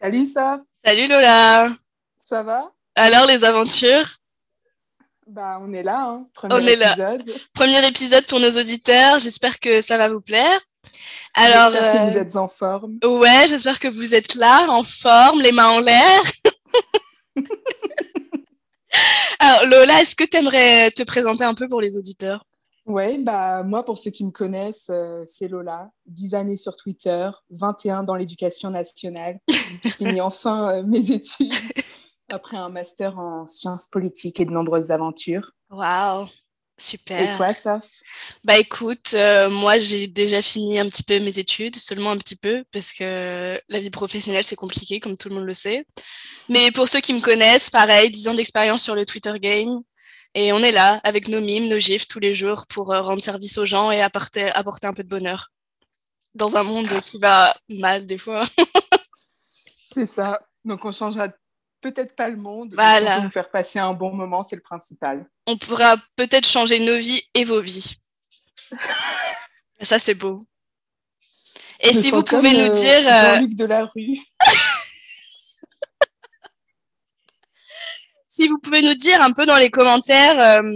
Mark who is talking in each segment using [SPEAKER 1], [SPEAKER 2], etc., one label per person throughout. [SPEAKER 1] Salut Saf,
[SPEAKER 2] Salut Lola
[SPEAKER 1] ça va
[SPEAKER 2] Alors les aventures
[SPEAKER 1] Bah on est là, hein, premier
[SPEAKER 2] On est là.
[SPEAKER 1] épisode.
[SPEAKER 2] Premier épisode pour nos auditeurs, j'espère que ça va vous plaire. Alors,
[SPEAKER 1] Alors que vous
[SPEAKER 2] euh,
[SPEAKER 1] êtes en forme.
[SPEAKER 2] ouais, j'espère que vous êtes là, en forme, les mains en l'air. Alors Lola, est-ce que tu aimerais te présenter un peu pour les auditeurs
[SPEAKER 1] Ouais, bah moi pour ceux qui me connaissent, euh, c'est Lola, 10 années sur Twitter, 21 dans l'éducation nationale. Je finis enfin euh, mes études après un master en sciences politiques et de nombreuses aventures.
[SPEAKER 2] Waouh Super.
[SPEAKER 1] Et toi Saf
[SPEAKER 2] Bah écoute, euh, moi j'ai déjà fini un petit peu mes études, seulement un petit peu, parce que la vie professionnelle c'est compliqué, comme tout le monde le sait. Mais pour ceux qui me connaissent, pareil, 10 ans d'expérience sur le Twitter game. Et on est là, avec nos mimes, nos gifs tous les jours pour euh, rendre service aux gens et apporter, apporter un peu de bonheur. Dans un monde qui va mal des fois.
[SPEAKER 1] C'est ça, donc on changera peut-être pas le monde, mais
[SPEAKER 2] Voilà.
[SPEAKER 1] surtout vous faire passer un bon moment, c'est le principal.
[SPEAKER 2] On pourra peut-être changer nos vies et vos vies. Ça c'est beau. Et
[SPEAKER 1] Je
[SPEAKER 2] si
[SPEAKER 1] sens
[SPEAKER 2] vous pouvez
[SPEAKER 1] comme,
[SPEAKER 2] nous
[SPEAKER 1] euh,
[SPEAKER 2] dire... euh,
[SPEAKER 1] Jean-Luc Delarue.
[SPEAKER 2] si vous pouvez nous dire un peu dans les commentaires euh,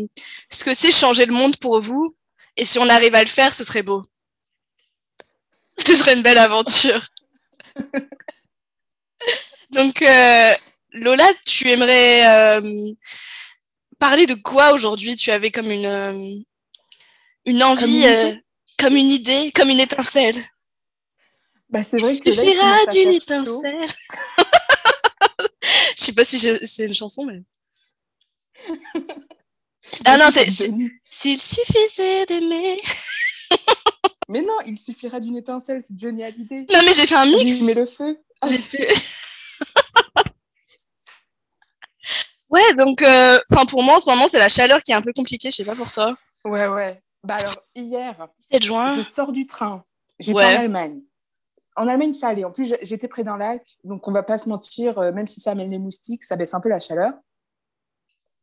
[SPEAKER 2] ce que c'est changer le monde pour vous. Et si on arrive à le faire, ce serait beau. Ce serait une belle aventure. Donc, euh, Lola, tu aimerais euh, parler de quoi aujourd'hui Tu avais comme une, euh, une envie,
[SPEAKER 1] idée
[SPEAKER 2] euh, comme une idée, comme une étincelle.
[SPEAKER 1] Bah, c'est
[SPEAKER 2] Il
[SPEAKER 1] vrai que là, il
[SPEAKER 2] suffira
[SPEAKER 1] commence à
[SPEAKER 2] d'une
[SPEAKER 1] faire chaud.
[SPEAKER 2] étincelle. Je sais pas si je- c'est une chanson, mais. Ah non, c'est- c'est- S'il suffisait d'aimer.
[SPEAKER 1] Mais non, il suffira d'une étincelle, c'est Johnny Hallyday.
[SPEAKER 2] Non, mais j'ai fait un mix.
[SPEAKER 1] Il met le feu. Ah,
[SPEAKER 2] J'ai fait. ouais, donc, euh, enfin, pour moi, en ce moment, c'est la chaleur qui est un peu compliquée. Je sais pas pour toi.
[SPEAKER 1] ouais, ouais. Bah alors, hier,
[SPEAKER 2] 7
[SPEAKER 1] je
[SPEAKER 2] juin.
[SPEAKER 1] sors du train. J'étais
[SPEAKER 2] Ah. Ouais.
[SPEAKER 1] en Allemagne. En Allemagne, ça allait. En plus, j'ai- j'étais près d'un lac, donc on va pas se mentir, euh, même si ça amène les moustiques, ça baisse un peu la chaleur.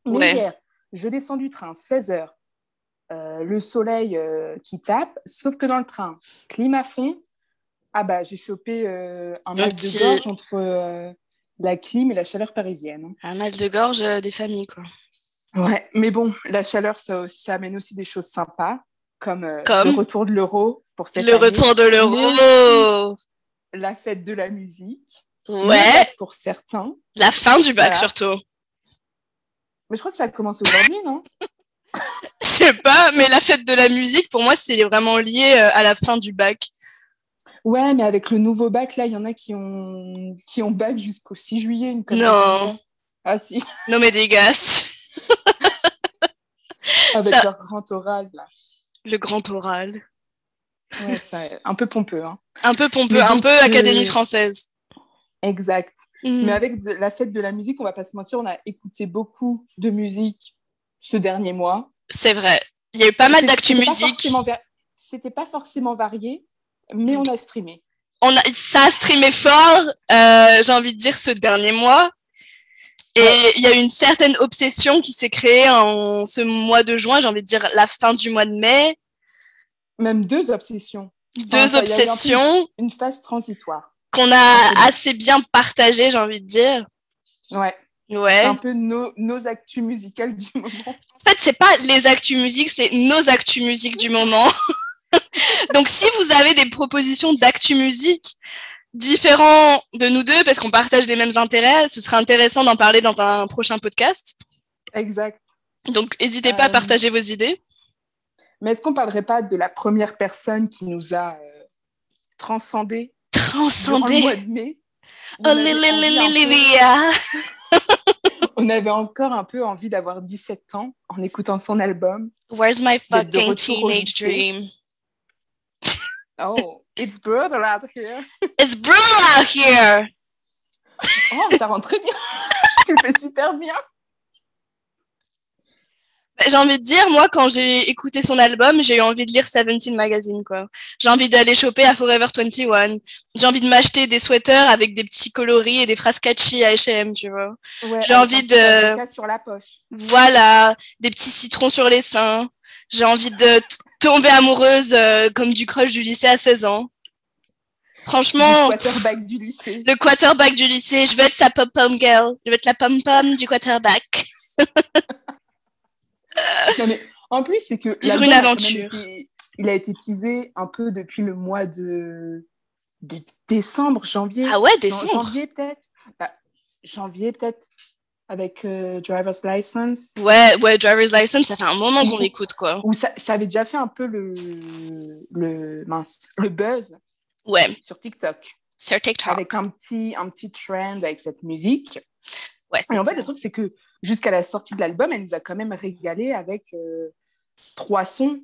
[SPEAKER 1] Mais
[SPEAKER 2] Ouais.
[SPEAKER 1] hier, je descends du train, 16h. le soleil euh, qui tape, sauf que dans le train, climat fond. Ah bah, j'ai chopé euh, un mal
[SPEAKER 2] petit-
[SPEAKER 1] de gorge entre euh, la clim et la chaleur parisienne.
[SPEAKER 2] Un mal de gorge euh, des familles, quoi.
[SPEAKER 1] Ouais, mais bon, la chaleur, ça, ça amène aussi des choses sympas, comme, euh,
[SPEAKER 2] Comme
[SPEAKER 1] le retour de l'euro pour cette
[SPEAKER 2] Le
[SPEAKER 1] année,
[SPEAKER 2] retour de l'euro.
[SPEAKER 1] la fête de la musique, le
[SPEAKER 2] Ouais.
[SPEAKER 1] bac pour certains.
[SPEAKER 2] La fin du bac,
[SPEAKER 1] Voilà.
[SPEAKER 2] surtout.
[SPEAKER 1] Mais je crois que ça commence aujourd'hui, non
[SPEAKER 2] Je sais pas, mais la fête de la musique, pour moi, c'est vraiment lié euh, à la fin du bac.
[SPEAKER 1] Ouais, mais avec le nouveau bac, là, il y en a qui ont, qui ont bac jusqu'au 6 juillet. Une connerie
[SPEAKER 2] Non.
[SPEAKER 1] comme ça. Ah si,
[SPEAKER 2] Non, mais dégueulasse.
[SPEAKER 1] avec
[SPEAKER 2] Ça-
[SPEAKER 1] leur grand oral, là.
[SPEAKER 2] Le grand oral.
[SPEAKER 1] Ouais, ça, un peu pompeux, hein.
[SPEAKER 2] Un peu pompeux,
[SPEAKER 1] Mais
[SPEAKER 2] un
[SPEAKER 1] donc,
[SPEAKER 2] peu Académie
[SPEAKER 1] euh,
[SPEAKER 2] française.
[SPEAKER 1] Exact.
[SPEAKER 2] Mm.
[SPEAKER 1] Mais avec de- la fête de la musique, on va pas se mentir, on a écouté beaucoup de musique ce dernier mois.
[SPEAKER 2] C'est vrai. Il y a eu pas mal
[SPEAKER 1] C'est-
[SPEAKER 2] d'actu
[SPEAKER 1] c'était pas
[SPEAKER 2] musique.
[SPEAKER 1] forcément va- C'était pas forcément varié, mais on a streamé.
[SPEAKER 2] on a, ça a streamé fort, euh, j'ai envie de dire, ce dernier mois. Et il y a eu une certaine obsession qui s'est créée en ce mois de juin, j'ai envie de dire la fin du mois de mai.
[SPEAKER 1] Même deux obsessions,
[SPEAKER 2] Deux
[SPEAKER 1] Enfin, il y a eu un peu- Ah,
[SPEAKER 2] obsessions
[SPEAKER 1] une phase transitoire.
[SPEAKER 2] qu'on a assez bien partagées, j'ai envie de dire.
[SPEAKER 1] Ouais, c'est
[SPEAKER 2] Ouais.
[SPEAKER 1] un peu nos, nos actus musicales du moment.
[SPEAKER 2] En fait, c'est pas les actus musique, c'est nos actus musique du moment. Donc, si vous avez des propositions d'actu musique différents de nous deux, parce qu'on partage les mêmes intérêts, ce serait intéressant d'en parler dans un prochain podcast.
[SPEAKER 1] Exact.
[SPEAKER 2] Donc, n'hésitez pas à
[SPEAKER 1] Euh,
[SPEAKER 2] partager vos idées.
[SPEAKER 1] Mais est-ce qu'on parlerait pas de la première personne qui nous a euh, transcendés durant le
[SPEAKER 2] Transcender.
[SPEAKER 1] mois de mai on
[SPEAKER 2] Oh,
[SPEAKER 1] avait,
[SPEAKER 2] li- li- li- li-
[SPEAKER 1] envie un
[SPEAKER 2] Livia.
[SPEAKER 1] peu- on avait encore un peu envie d'avoir 17 ans en écoutant son album.
[SPEAKER 2] Where's my
[SPEAKER 1] D'être de
[SPEAKER 2] fucking
[SPEAKER 1] retour au
[SPEAKER 2] teenage
[SPEAKER 1] lycée.
[SPEAKER 2] dream?
[SPEAKER 1] Oh, it's brother out here.
[SPEAKER 2] It's brutal out here.
[SPEAKER 1] Oh, ça rend très bien. tu le fais super bien.
[SPEAKER 2] Bah, J'ai envie de dire, moi, quand j'ai écouté son album, j'ai eu envie de lire Seventeen Magazine, quoi. J'ai envie d'aller choper à Forever 21. J'ai envie de m'acheter des sweaters avec des petits coloris et des phrases catchy à H&M, tu vois.
[SPEAKER 1] Ouais,
[SPEAKER 2] J'ai
[SPEAKER 1] avec
[SPEAKER 2] envie
[SPEAKER 1] un petit
[SPEAKER 2] de-
[SPEAKER 1] avocat sur la poche.
[SPEAKER 2] Voilà, des petits citrons sur les seins. J'ai envie de t- tomber amoureuse euh, comme du crush du lycée à 16 ans. Franchement,
[SPEAKER 1] Le quarterback du lycée.
[SPEAKER 2] le quarterback du lycée, je veux être sa pom-pom girl. Je veux être la pom-pom du quarterback.
[SPEAKER 1] Non, mais en plus, c'est que.
[SPEAKER 2] Vivre
[SPEAKER 1] l'album
[SPEAKER 2] une
[SPEAKER 1] a quand
[SPEAKER 2] aventure.
[SPEAKER 1] même été- il a été teasé un peu depuis le mois de, de décembre, janvier.
[SPEAKER 2] Ah ouais,
[SPEAKER 1] Jan-
[SPEAKER 2] décembre.
[SPEAKER 1] Janvier, peut-être. Bah, janvier, peut-être. Avec euh, Driver's License.
[SPEAKER 2] Ouais, ouais, Driver's License, ça fait un moment qu'on l'écoute, quoi.
[SPEAKER 1] Où ça, ça avait déjà fait un peu le, le, mince, le buzz
[SPEAKER 2] Ouais,
[SPEAKER 1] sur TikTok.
[SPEAKER 2] sur TikTok.
[SPEAKER 1] Avec un petit, un petit trend avec cette musique.
[SPEAKER 2] Ouais, c'est-
[SPEAKER 1] Et en fait, le truc, c'est que jusqu'à la sortie de l'album, elle nous a quand même régalé avec euh, trois sons.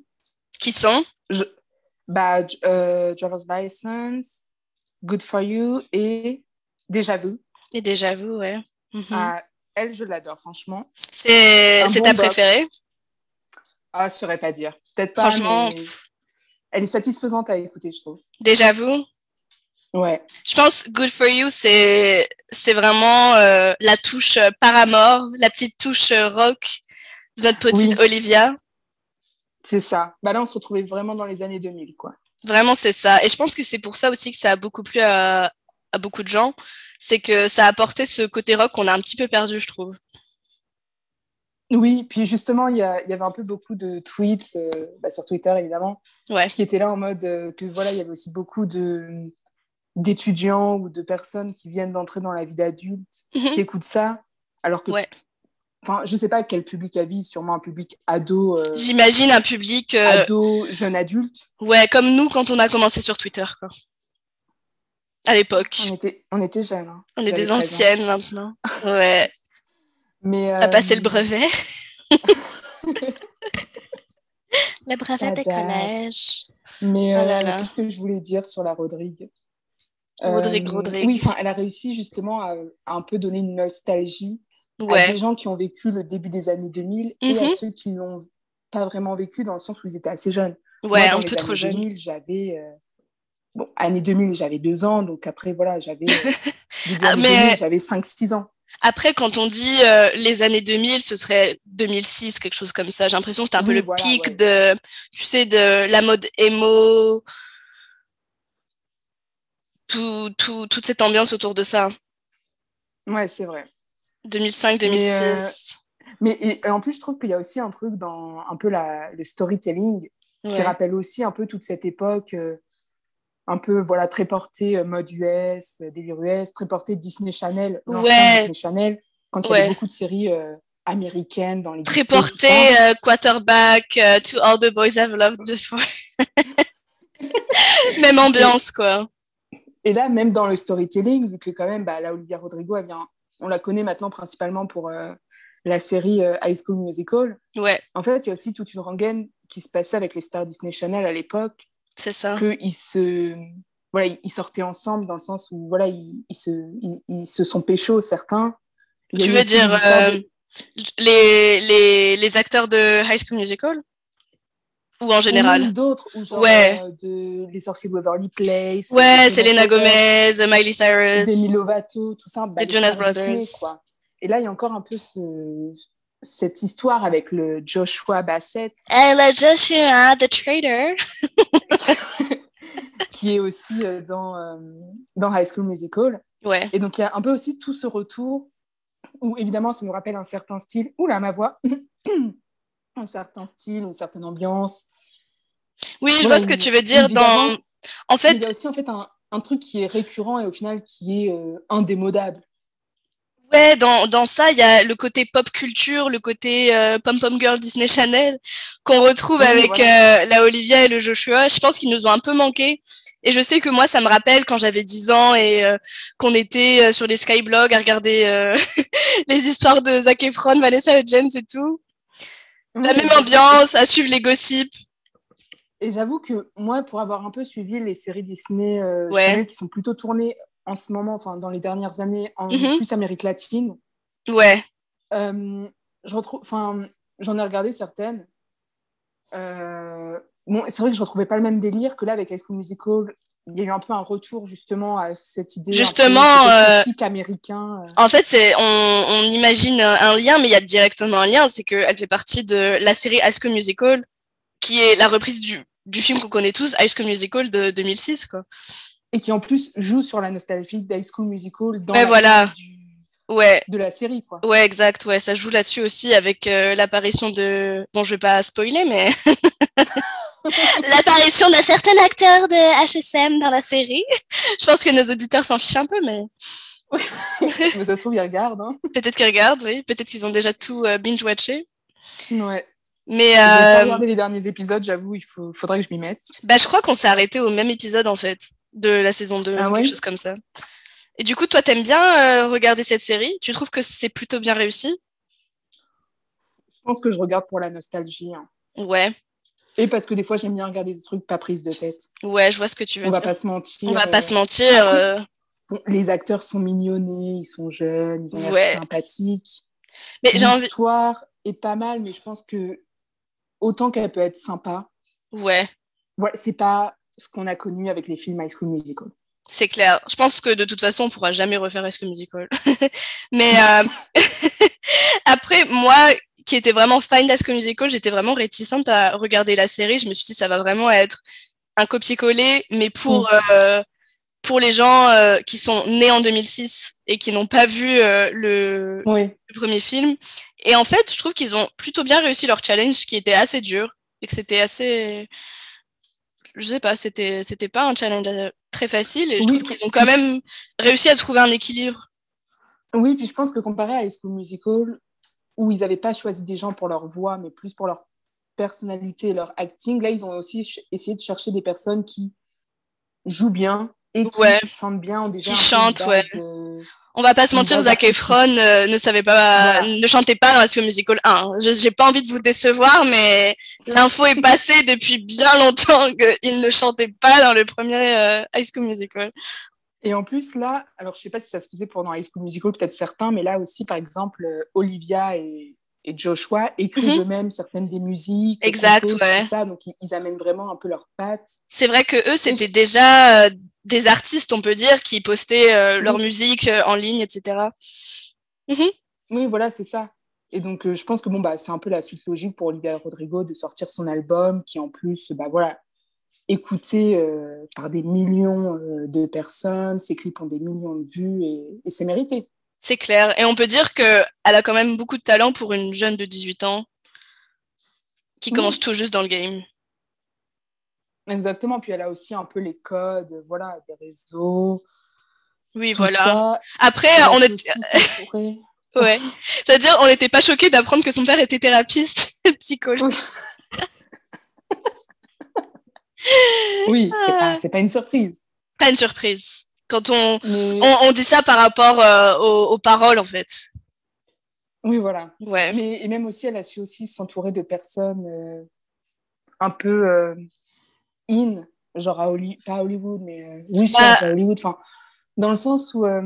[SPEAKER 2] qui sont
[SPEAKER 1] Bah, d- euh, Driver's License, Good For You et Déjà Vu.
[SPEAKER 2] Et déjà vous, ouais. Mhm.
[SPEAKER 1] Ah, elle, je l'adore, franchement.
[SPEAKER 2] C'est
[SPEAKER 1] un
[SPEAKER 2] c'est
[SPEAKER 1] bon
[SPEAKER 2] ta
[SPEAKER 1] bop.
[SPEAKER 2] préférée
[SPEAKER 1] Ah, je saurais pas dire. Peut-être pas,
[SPEAKER 2] Franchement,
[SPEAKER 1] mais elle est satisfaisante à écouter, je trouve.
[SPEAKER 2] Déjà vous
[SPEAKER 1] Ouais.
[SPEAKER 2] Je pense Good for You, c'est c'est vraiment euh, la touche euh, Paramore, la petite touche euh, rock de notre petite Olivia.
[SPEAKER 1] C'est ça. Bah là, on se retrouvait vraiment dans les années 2000, quoi.
[SPEAKER 2] Vraiment, c'est ça. Et je pense que c'est pour ça aussi que ça a beaucoup plu à, à beaucoup de gens. C'est que ça a apporté ce côté rock qu'on a un petit peu perdu, je trouve.
[SPEAKER 1] Oui, puis justement, il y, a- il y avait un peu beaucoup de tweets, euh, bah, sur Twitter évidemment,
[SPEAKER 2] Ouais.
[SPEAKER 1] qui étaient là en mode euh, que voilà, il y avait aussi beaucoup de d'étudiants ou de personnes qui viennent d'entrer dans la vie d'adulte,
[SPEAKER 2] Mhm.
[SPEAKER 1] qui écoutent ça, alors que...
[SPEAKER 2] Ouais.
[SPEAKER 1] Enfin, je sais pas quel public elle vise, sûrement un public ado, euh,
[SPEAKER 2] J'imagine un public, euh,
[SPEAKER 1] ado, jeune adulte.
[SPEAKER 2] ouais, comme nous quand on a commencé sur Twitter, quoi. À l'époque.
[SPEAKER 1] On était, on était jeunes. hein.
[SPEAKER 2] On est
[SPEAKER 1] J'avais
[SPEAKER 2] des
[SPEAKER 1] 13 ans.
[SPEAKER 2] anciennes maintenant. Ouais,
[SPEAKER 1] Mais,
[SPEAKER 2] t'as
[SPEAKER 1] euh,
[SPEAKER 2] passé le brevet. La
[SPEAKER 1] Ça
[SPEAKER 2] brevet des
[SPEAKER 1] date.
[SPEAKER 2] collèges.
[SPEAKER 1] Mais
[SPEAKER 2] Oh
[SPEAKER 1] euh,
[SPEAKER 2] là là.
[SPEAKER 1] qu'est-ce que je voulais dire sur la Rodrigue
[SPEAKER 2] Rodrigue,
[SPEAKER 1] Euh,
[SPEAKER 2] Rodrigue.
[SPEAKER 1] Oui, enfin, elle a réussi justement à, à un peu donner une nostalgie à
[SPEAKER 2] Ouais,
[SPEAKER 1] des gens qui ont vécu le début des années 2000 et à
[SPEAKER 2] Mhm.
[SPEAKER 1] ceux qui n'ont pas vraiment vécu dans le sens où ils étaient assez jeunes.
[SPEAKER 2] ouais,
[SPEAKER 1] Moi, dans
[SPEAKER 2] un
[SPEAKER 1] les
[SPEAKER 2] peu trop
[SPEAKER 1] années
[SPEAKER 2] jeune.
[SPEAKER 1] 2000, j'avais... euh, Bon, année 2000, j'avais deux ans, donc après, voilà, j'avais... euh, début
[SPEAKER 2] Ah,
[SPEAKER 1] années
[SPEAKER 2] mais-
[SPEAKER 1] 2000, j'avais 5-6 ans.
[SPEAKER 2] Après, quand on dit euh, les années 2000, ce serait 2006, quelque chose comme ça. J'ai l'impression que c'était un peu
[SPEAKER 1] Oui,
[SPEAKER 2] le
[SPEAKER 1] voilà,
[SPEAKER 2] pic
[SPEAKER 1] ouais.
[SPEAKER 2] de, tu sais, de la mode emo, tout, tout, toute cette ambiance autour de ça.
[SPEAKER 1] Ouais, c'est vrai.
[SPEAKER 2] 2005,
[SPEAKER 1] Mais,
[SPEAKER 2] 2006.
[SPEAKER 1] euh, Mais et- et en plus, je trouve qu'il y a aussi un truc dans un peu la, le storytelling qui
[SPEAKER 2] Ouais.
[SPEAKER 1] rappelle aussi un peu toute cette époque, euh, un peu voilà très portée euh, mode US, euh, délire US, très portée Disney Channel, l'ancien
[SPEAKER 2] Ouais.
[SPEAKER 1] Disney Channel, quand il y
[SPEAKER 2] Ouais.
[SPEAKER 1] avait beaucoup de séries euh, américaines dans les
[SPEAKER 2] Très
[SPEAKER 1] lycées, tout
[SPEAKER 2] porté,
[SPEAKER 1] ça.
[SPEAKER 2] euh, quarterback, euh, to all the boys I've loved before. Même ambiance, quoi.
[SPEAKER 1] Et là, même dans le storytelling, vu que quand même, bah, là, Olivia Rodrigo, elle vient, on la connaît maintenant principalement pour euh, la série euh, High School Musical.
[SPEAKER 2] Ouais,
[SPEAKER 1] En fait, il y a aussi toute une rengaine qui se passait avec les stars Disney Channel à l'époque.
[SPEAKER 2] c'est ça.
[SPEAKER 1] qu'ils se voilà ils- ils sortaient ensemble dans le sens où voilà ils, ils se ils, ils se sont pécho certains Il y a
[SPEAKER 2] Tu
[SPEAKER 1] eu
[SPEAKER 2] veux
[SPEAKER 1] aussi une
[SPEAKER 2] dire euh,
[SPEAKER 1] histoire de-
[SPEAKER 2] Les, les, les acteurs de High School Musical Ou en
[SPEAKER 1] ou
[SPEAKER 2] général
[SPEAKER 1] d'autres ou genre
[SPEAKER 2] Ouais.
[SPEAKER 1] euh, de les sorciers de Waverly Place
[SPEAKER 2] Ouais,
[SPEAKER 1] les
[SPEAKER 2] Selena
[SPEAKER 1] Gomez,
[SPEAKER 2] Gomez, Miley
[SPEAKER 1] Demi
[SPEAKER 2] Cyrus.
[SPEAKER 1] Lovato tout ça bah,
[SPEAKER 2] Les Jonas
[SPEAKER 1] stars
[SPEAKER 2] Brothers.
[SPEAKER 1] quoi. et là il y a encore un peu ce cette histoire avec le Joshua Bassett
[SPEAKER 2] Elle a Joshua, the traitor.
[SPEAKER 1] qui est aussi euh, dans euh, dans High School Musical
[SPEAKER 2] Ouais,
[SPEAKER 1] Et donc, il y a un peu aussi tout ce retour où, évidemment, ça nous rappelle un certain style. Oula, ma voix Un certain style, une certaine ambiance.
[SPEAKER 2] oui, je
[SPEAKER 1] Ouais,
[SPEAKER 2] vois ce que tu veux dire. Dans...
[SPEAKER 1] évidemment.
[SPEAKER 2] En
[SPEAKER 1] Mais il
[SPEAKER 2] fait,
[SPEAKER 1] y a aussi, en fait, un, un truc qui est récurrent et au final qui est euh, indémodable.
[SPEAKER 2] Ouais, dans, dans ça, il y a le côté pop culture, le côté euh, pom-pom girl Disney Channel qu'on retrouve
[SPEAKER 1] Oui,
[SPEAKER 2] avec euh, la Olivia et le Joshua. Je pense qu'ils nous ont un peu manqué. Et je sais que moi, ça me rappelle quand j'avais 10 ans et euh, qu'on était euh, sur les Skyblogs à regarder euh, les histoires de Zac Efron, Vanessa Hudgens et tout. La même ambiance, à suivre les gossips.
[SPEAKER 1] Et j'avoue que moi, pour avoir un peu suivi les séries Disney euh,
[SPEAKER 2] Ouais.
[SPEAKER 1] Channel qui sont plutôt tournées en ce moment, enfin, dans les dernières années, en
[SPEAKER 2] Mhm.
[SPEAKER 1] plus Amérique latine,
[SPEAKER 2] Ouais,
[SPEAKER 1] Euh, je retrouve, enfin, j'en ai regardé certaines. Euh, bon, c'est vrai que je retrouvais pas le même délire que là avec High School Musical. Il y a eu un peu un retour justement à cette idée un peu
[SPEAKER 2] Justement,
[SPEAKER 1] de
[SPEAKER 2] euh,
[SPEAKER 1] critique américain. euh.
[SPEAKER 2] En fait, c'est, on, on imagine un un lien, mais il y a directement un lien, c'est qu'elle fait partie de la série High School Musical, qui est la reprise du, du film qu'on connaît tous, High School Musical de 2006, quoi.
[SPEAKER 1] et qui en plus joue sur la nostalgie d'High School Musical dans
[SPEAKER 2] Ouais,
[SPEAKER 1] la
[SPEAKER 2] Ben voilà.
[SPEAKER 1] suite du-
[SPEAKER 2] Ouais,
[SPEAKER 1] de la série. Quoi.
[SPEAKER 2] ouais, exact. Ouais, ça joue là-dessus aussi avec euh, l'apparition de. Bon, je vais pas spoiler, mais. l'apparition d'un certain acteur de HSM dans la série. je pense que nos auditeurs s'en fichent un peu, mais
[SPEAKER 1] Mais ça se trouve, ils regardent. Hein.
[SPEAKER 2] peut-être qu'ils regardent, oui. Peut-être qu'ils ont déjà tout euh, binge-watché.
[SPEAKER 1] Ouais.
[SPEAKER 2] Mais
[SPEAKER 1] J'ai pas
[SPEAKER 2] euh,
[SPEAKER 1] regardé les derniers épisodes, j'avoue, il faut- faudrait que je m'y mette.
[SPEAKER 2] bah, je crois qu'on s'est arrêté au même épisode, en fait, de la saison 2,
[SPEAKER 1] Ah
[SPEAKER 2] ou
[SPEAKER 1] ouais
[SPEAKER 2] quelque chose comme ça. Et du coup, toi, t'aimes bien euh, regarder cette série Tu trouves que c'est plutôt bien réussi
[SPEAKER 1] Je pense que je regarde pour la nostalgie. hein.
[SPEAKER 2] Ouais,
[SPEAKER 1] Et parce que des fois, j'aime bien regarder des trucs pas prises de tête.
[SPEAKER 2] ouais, je vois ce que tu veux
[SPEAKER 1] On va
[SPEAKER 2] dire.
[SPEAKER 1] pas se mentir.
[SPEAKER 2] On va
[SPEAKER 1] euh,
[SPEAKER 2] pas se mentir.
[SPEAKER 1] Après,
[SPEAKER 2] euh,
[SPEAKER 1] bon, les acteurs sont mignonnés, ils sont jeunes, ils ont l'air
[SPEAKER 2] Ouais.
[SPEAKER 1] sympathiques.
[SPEAKER 2] Mais j'ai envie.
[SPEAKER 1] L'histoire est pas mal, mais je pense que autant qu'elle peut être sympa,
[SPEAKER 2] Ouais,
[SPEAKER 1] voilà, c'est pas ce qu'on a connu avec les films High School Musical.
[SPEAKER 2] c'est clair. Je pense que de toute façon, on pourra jamais refaire High School Musical. Mais euh, après, moi, qui était vraiment fan d'High School Musical, j'étais vraiment réticente à regarder la série. Je me suis dit, ça va vraiment être un copier-coller, mais pour, euh, pour les gens euh, qui sont nés en 2006 et qui n'ont pas vu euh, le,
[SPEAKER 1] Oui.
[SPEAKER 2] le premier film. Et en fait, je trouve qu'ils ont plutôt bien réussi leur challenge qui était assez dur et que c'était assez. Je sais pas, c'était c'était pas un challenge euh, très facile et je
[SPEAKER 1] Oui,
[SPEAKER 2] trouve qu'ils ont quand même réussi à trouver un équilibre.
[SPEAKER 1] Oui, puis je pense que comparé à High School Musical, où ils n'avaient pas choisi des gens pour leur voix, mais plus pour leur personnalité et leur acting, là, ils ont aussi ch- essayé de chercher des personnes qui jouent bien et qui
[SPEAKER 2] Ouais.
[SPEAKER 1] chantent bien, ont déjà
[SPEAKER 2] Qui
[SPEAKER 1] un peu une
[SPEAKER 2] chantent, ouais.
[SPEAKER 1] base, euh,
[SPEAKER 2] On va pas se
[SPEAKER 1] Une
[SPEAKER 2] mentir,
[SPEAKER 1] base
[SPEAKER 2] Zac Efron euh, ne savait pas,
[SPEAKER 1] Voilà.
[SPEAKER 2] ne chantait pas dans High School Musical 1. Je- J'ai pas envie de vous décevoir, mais l'info est passée depuis bien longtemps qu'il ne chantait pas dans le premier euh, High School Musical.
[SPEAKER 1] Et en plus, là, alors je sais pas si ça se faisait pendant High School Musical, peut-être certains, mais là aussi, par exemple, euh, Olivia et, et Joshua écrivent
[SPEAKER 2] Mhm.
[SPEAKER 1] eux-mêmes certaines des musiques.
[SPEAKER 2] Exact,
[SPEAKER 1] composent,
[SPEAKER 2] ouais.
[SPEAKER 1] Tout ça, donc ils, ils amènent vraiment un peu leurs pattes.
[SPEAKER 2] C'est vrai que eux, c'était déjà euh, des artistes, on peut dire, qui postaient euh, leur musique euh, en ligne, etc. Mhm.
[SPEAKER 1] Oui, voilà, c'est ça. Et donc, euh, je pense que bon, bah, c'est un peu la suite logique pour Olivia Rodrigo de sortir son album, qui en plus, bah voilà, écouté euh, par des millions euh, de personnes, ses clips ont des millions de vues et, et c'est mérité.
[SPEAKER 2] C'est clair. Et on peut dire qu'elle a quand même beaucoup de talent pour une jeune de 18 ans qui
[SPEAKER 1] Oui.
[SPEAKER 2] commence tout juste dans le game.
[SPEAKER 1] Exactement. Puis elle a aussi un peu les codes, euh, voilà, des réseaux.
[SPEAKER 2] Oui,
[SPEAKER 1] tout
[SPEAKER 2] voilà.
[SPEAKER 1] ça.
[SPEAKER 2] Après,
[SPEAKER 1] Elle
[SPEAKER 2] on
[SPEAKER 1] a
[SPEAKER 2] est...
[SPEAKER 1] fait aussi ses forêts.
[SPEAKER 2] ouais. J'allais dire, on n'était pas choqués d'apprendre que son père était thérapeute, psychologue.
[SPEAKER 1] Oui, c'est
[SPEAKER 2] Ah.
[SPEAKER 1] pas, c'est pas une surprise.
[SPEAKER 2] Pas une surprise. Quand on,
[SPEAKER 1] Mais
[SPEAKER 2] on, on dit ça par rapport euh, aux, aux paroles, en fait.
[SPEAKER 1] oui, voilà.
[SPEAKER 2] Ouais.
[SPEAKER 1] Mais, et même aussi, elle a su aussi s'entourer de personnes euh, un peu euh, in, genre à Holly- pas à Hollywood, mais euh, oui, si,
[SPEAKER 2] Bah-
[SPEAKER 1] un peu à Hollywood. Enfin, dans le sens où euh,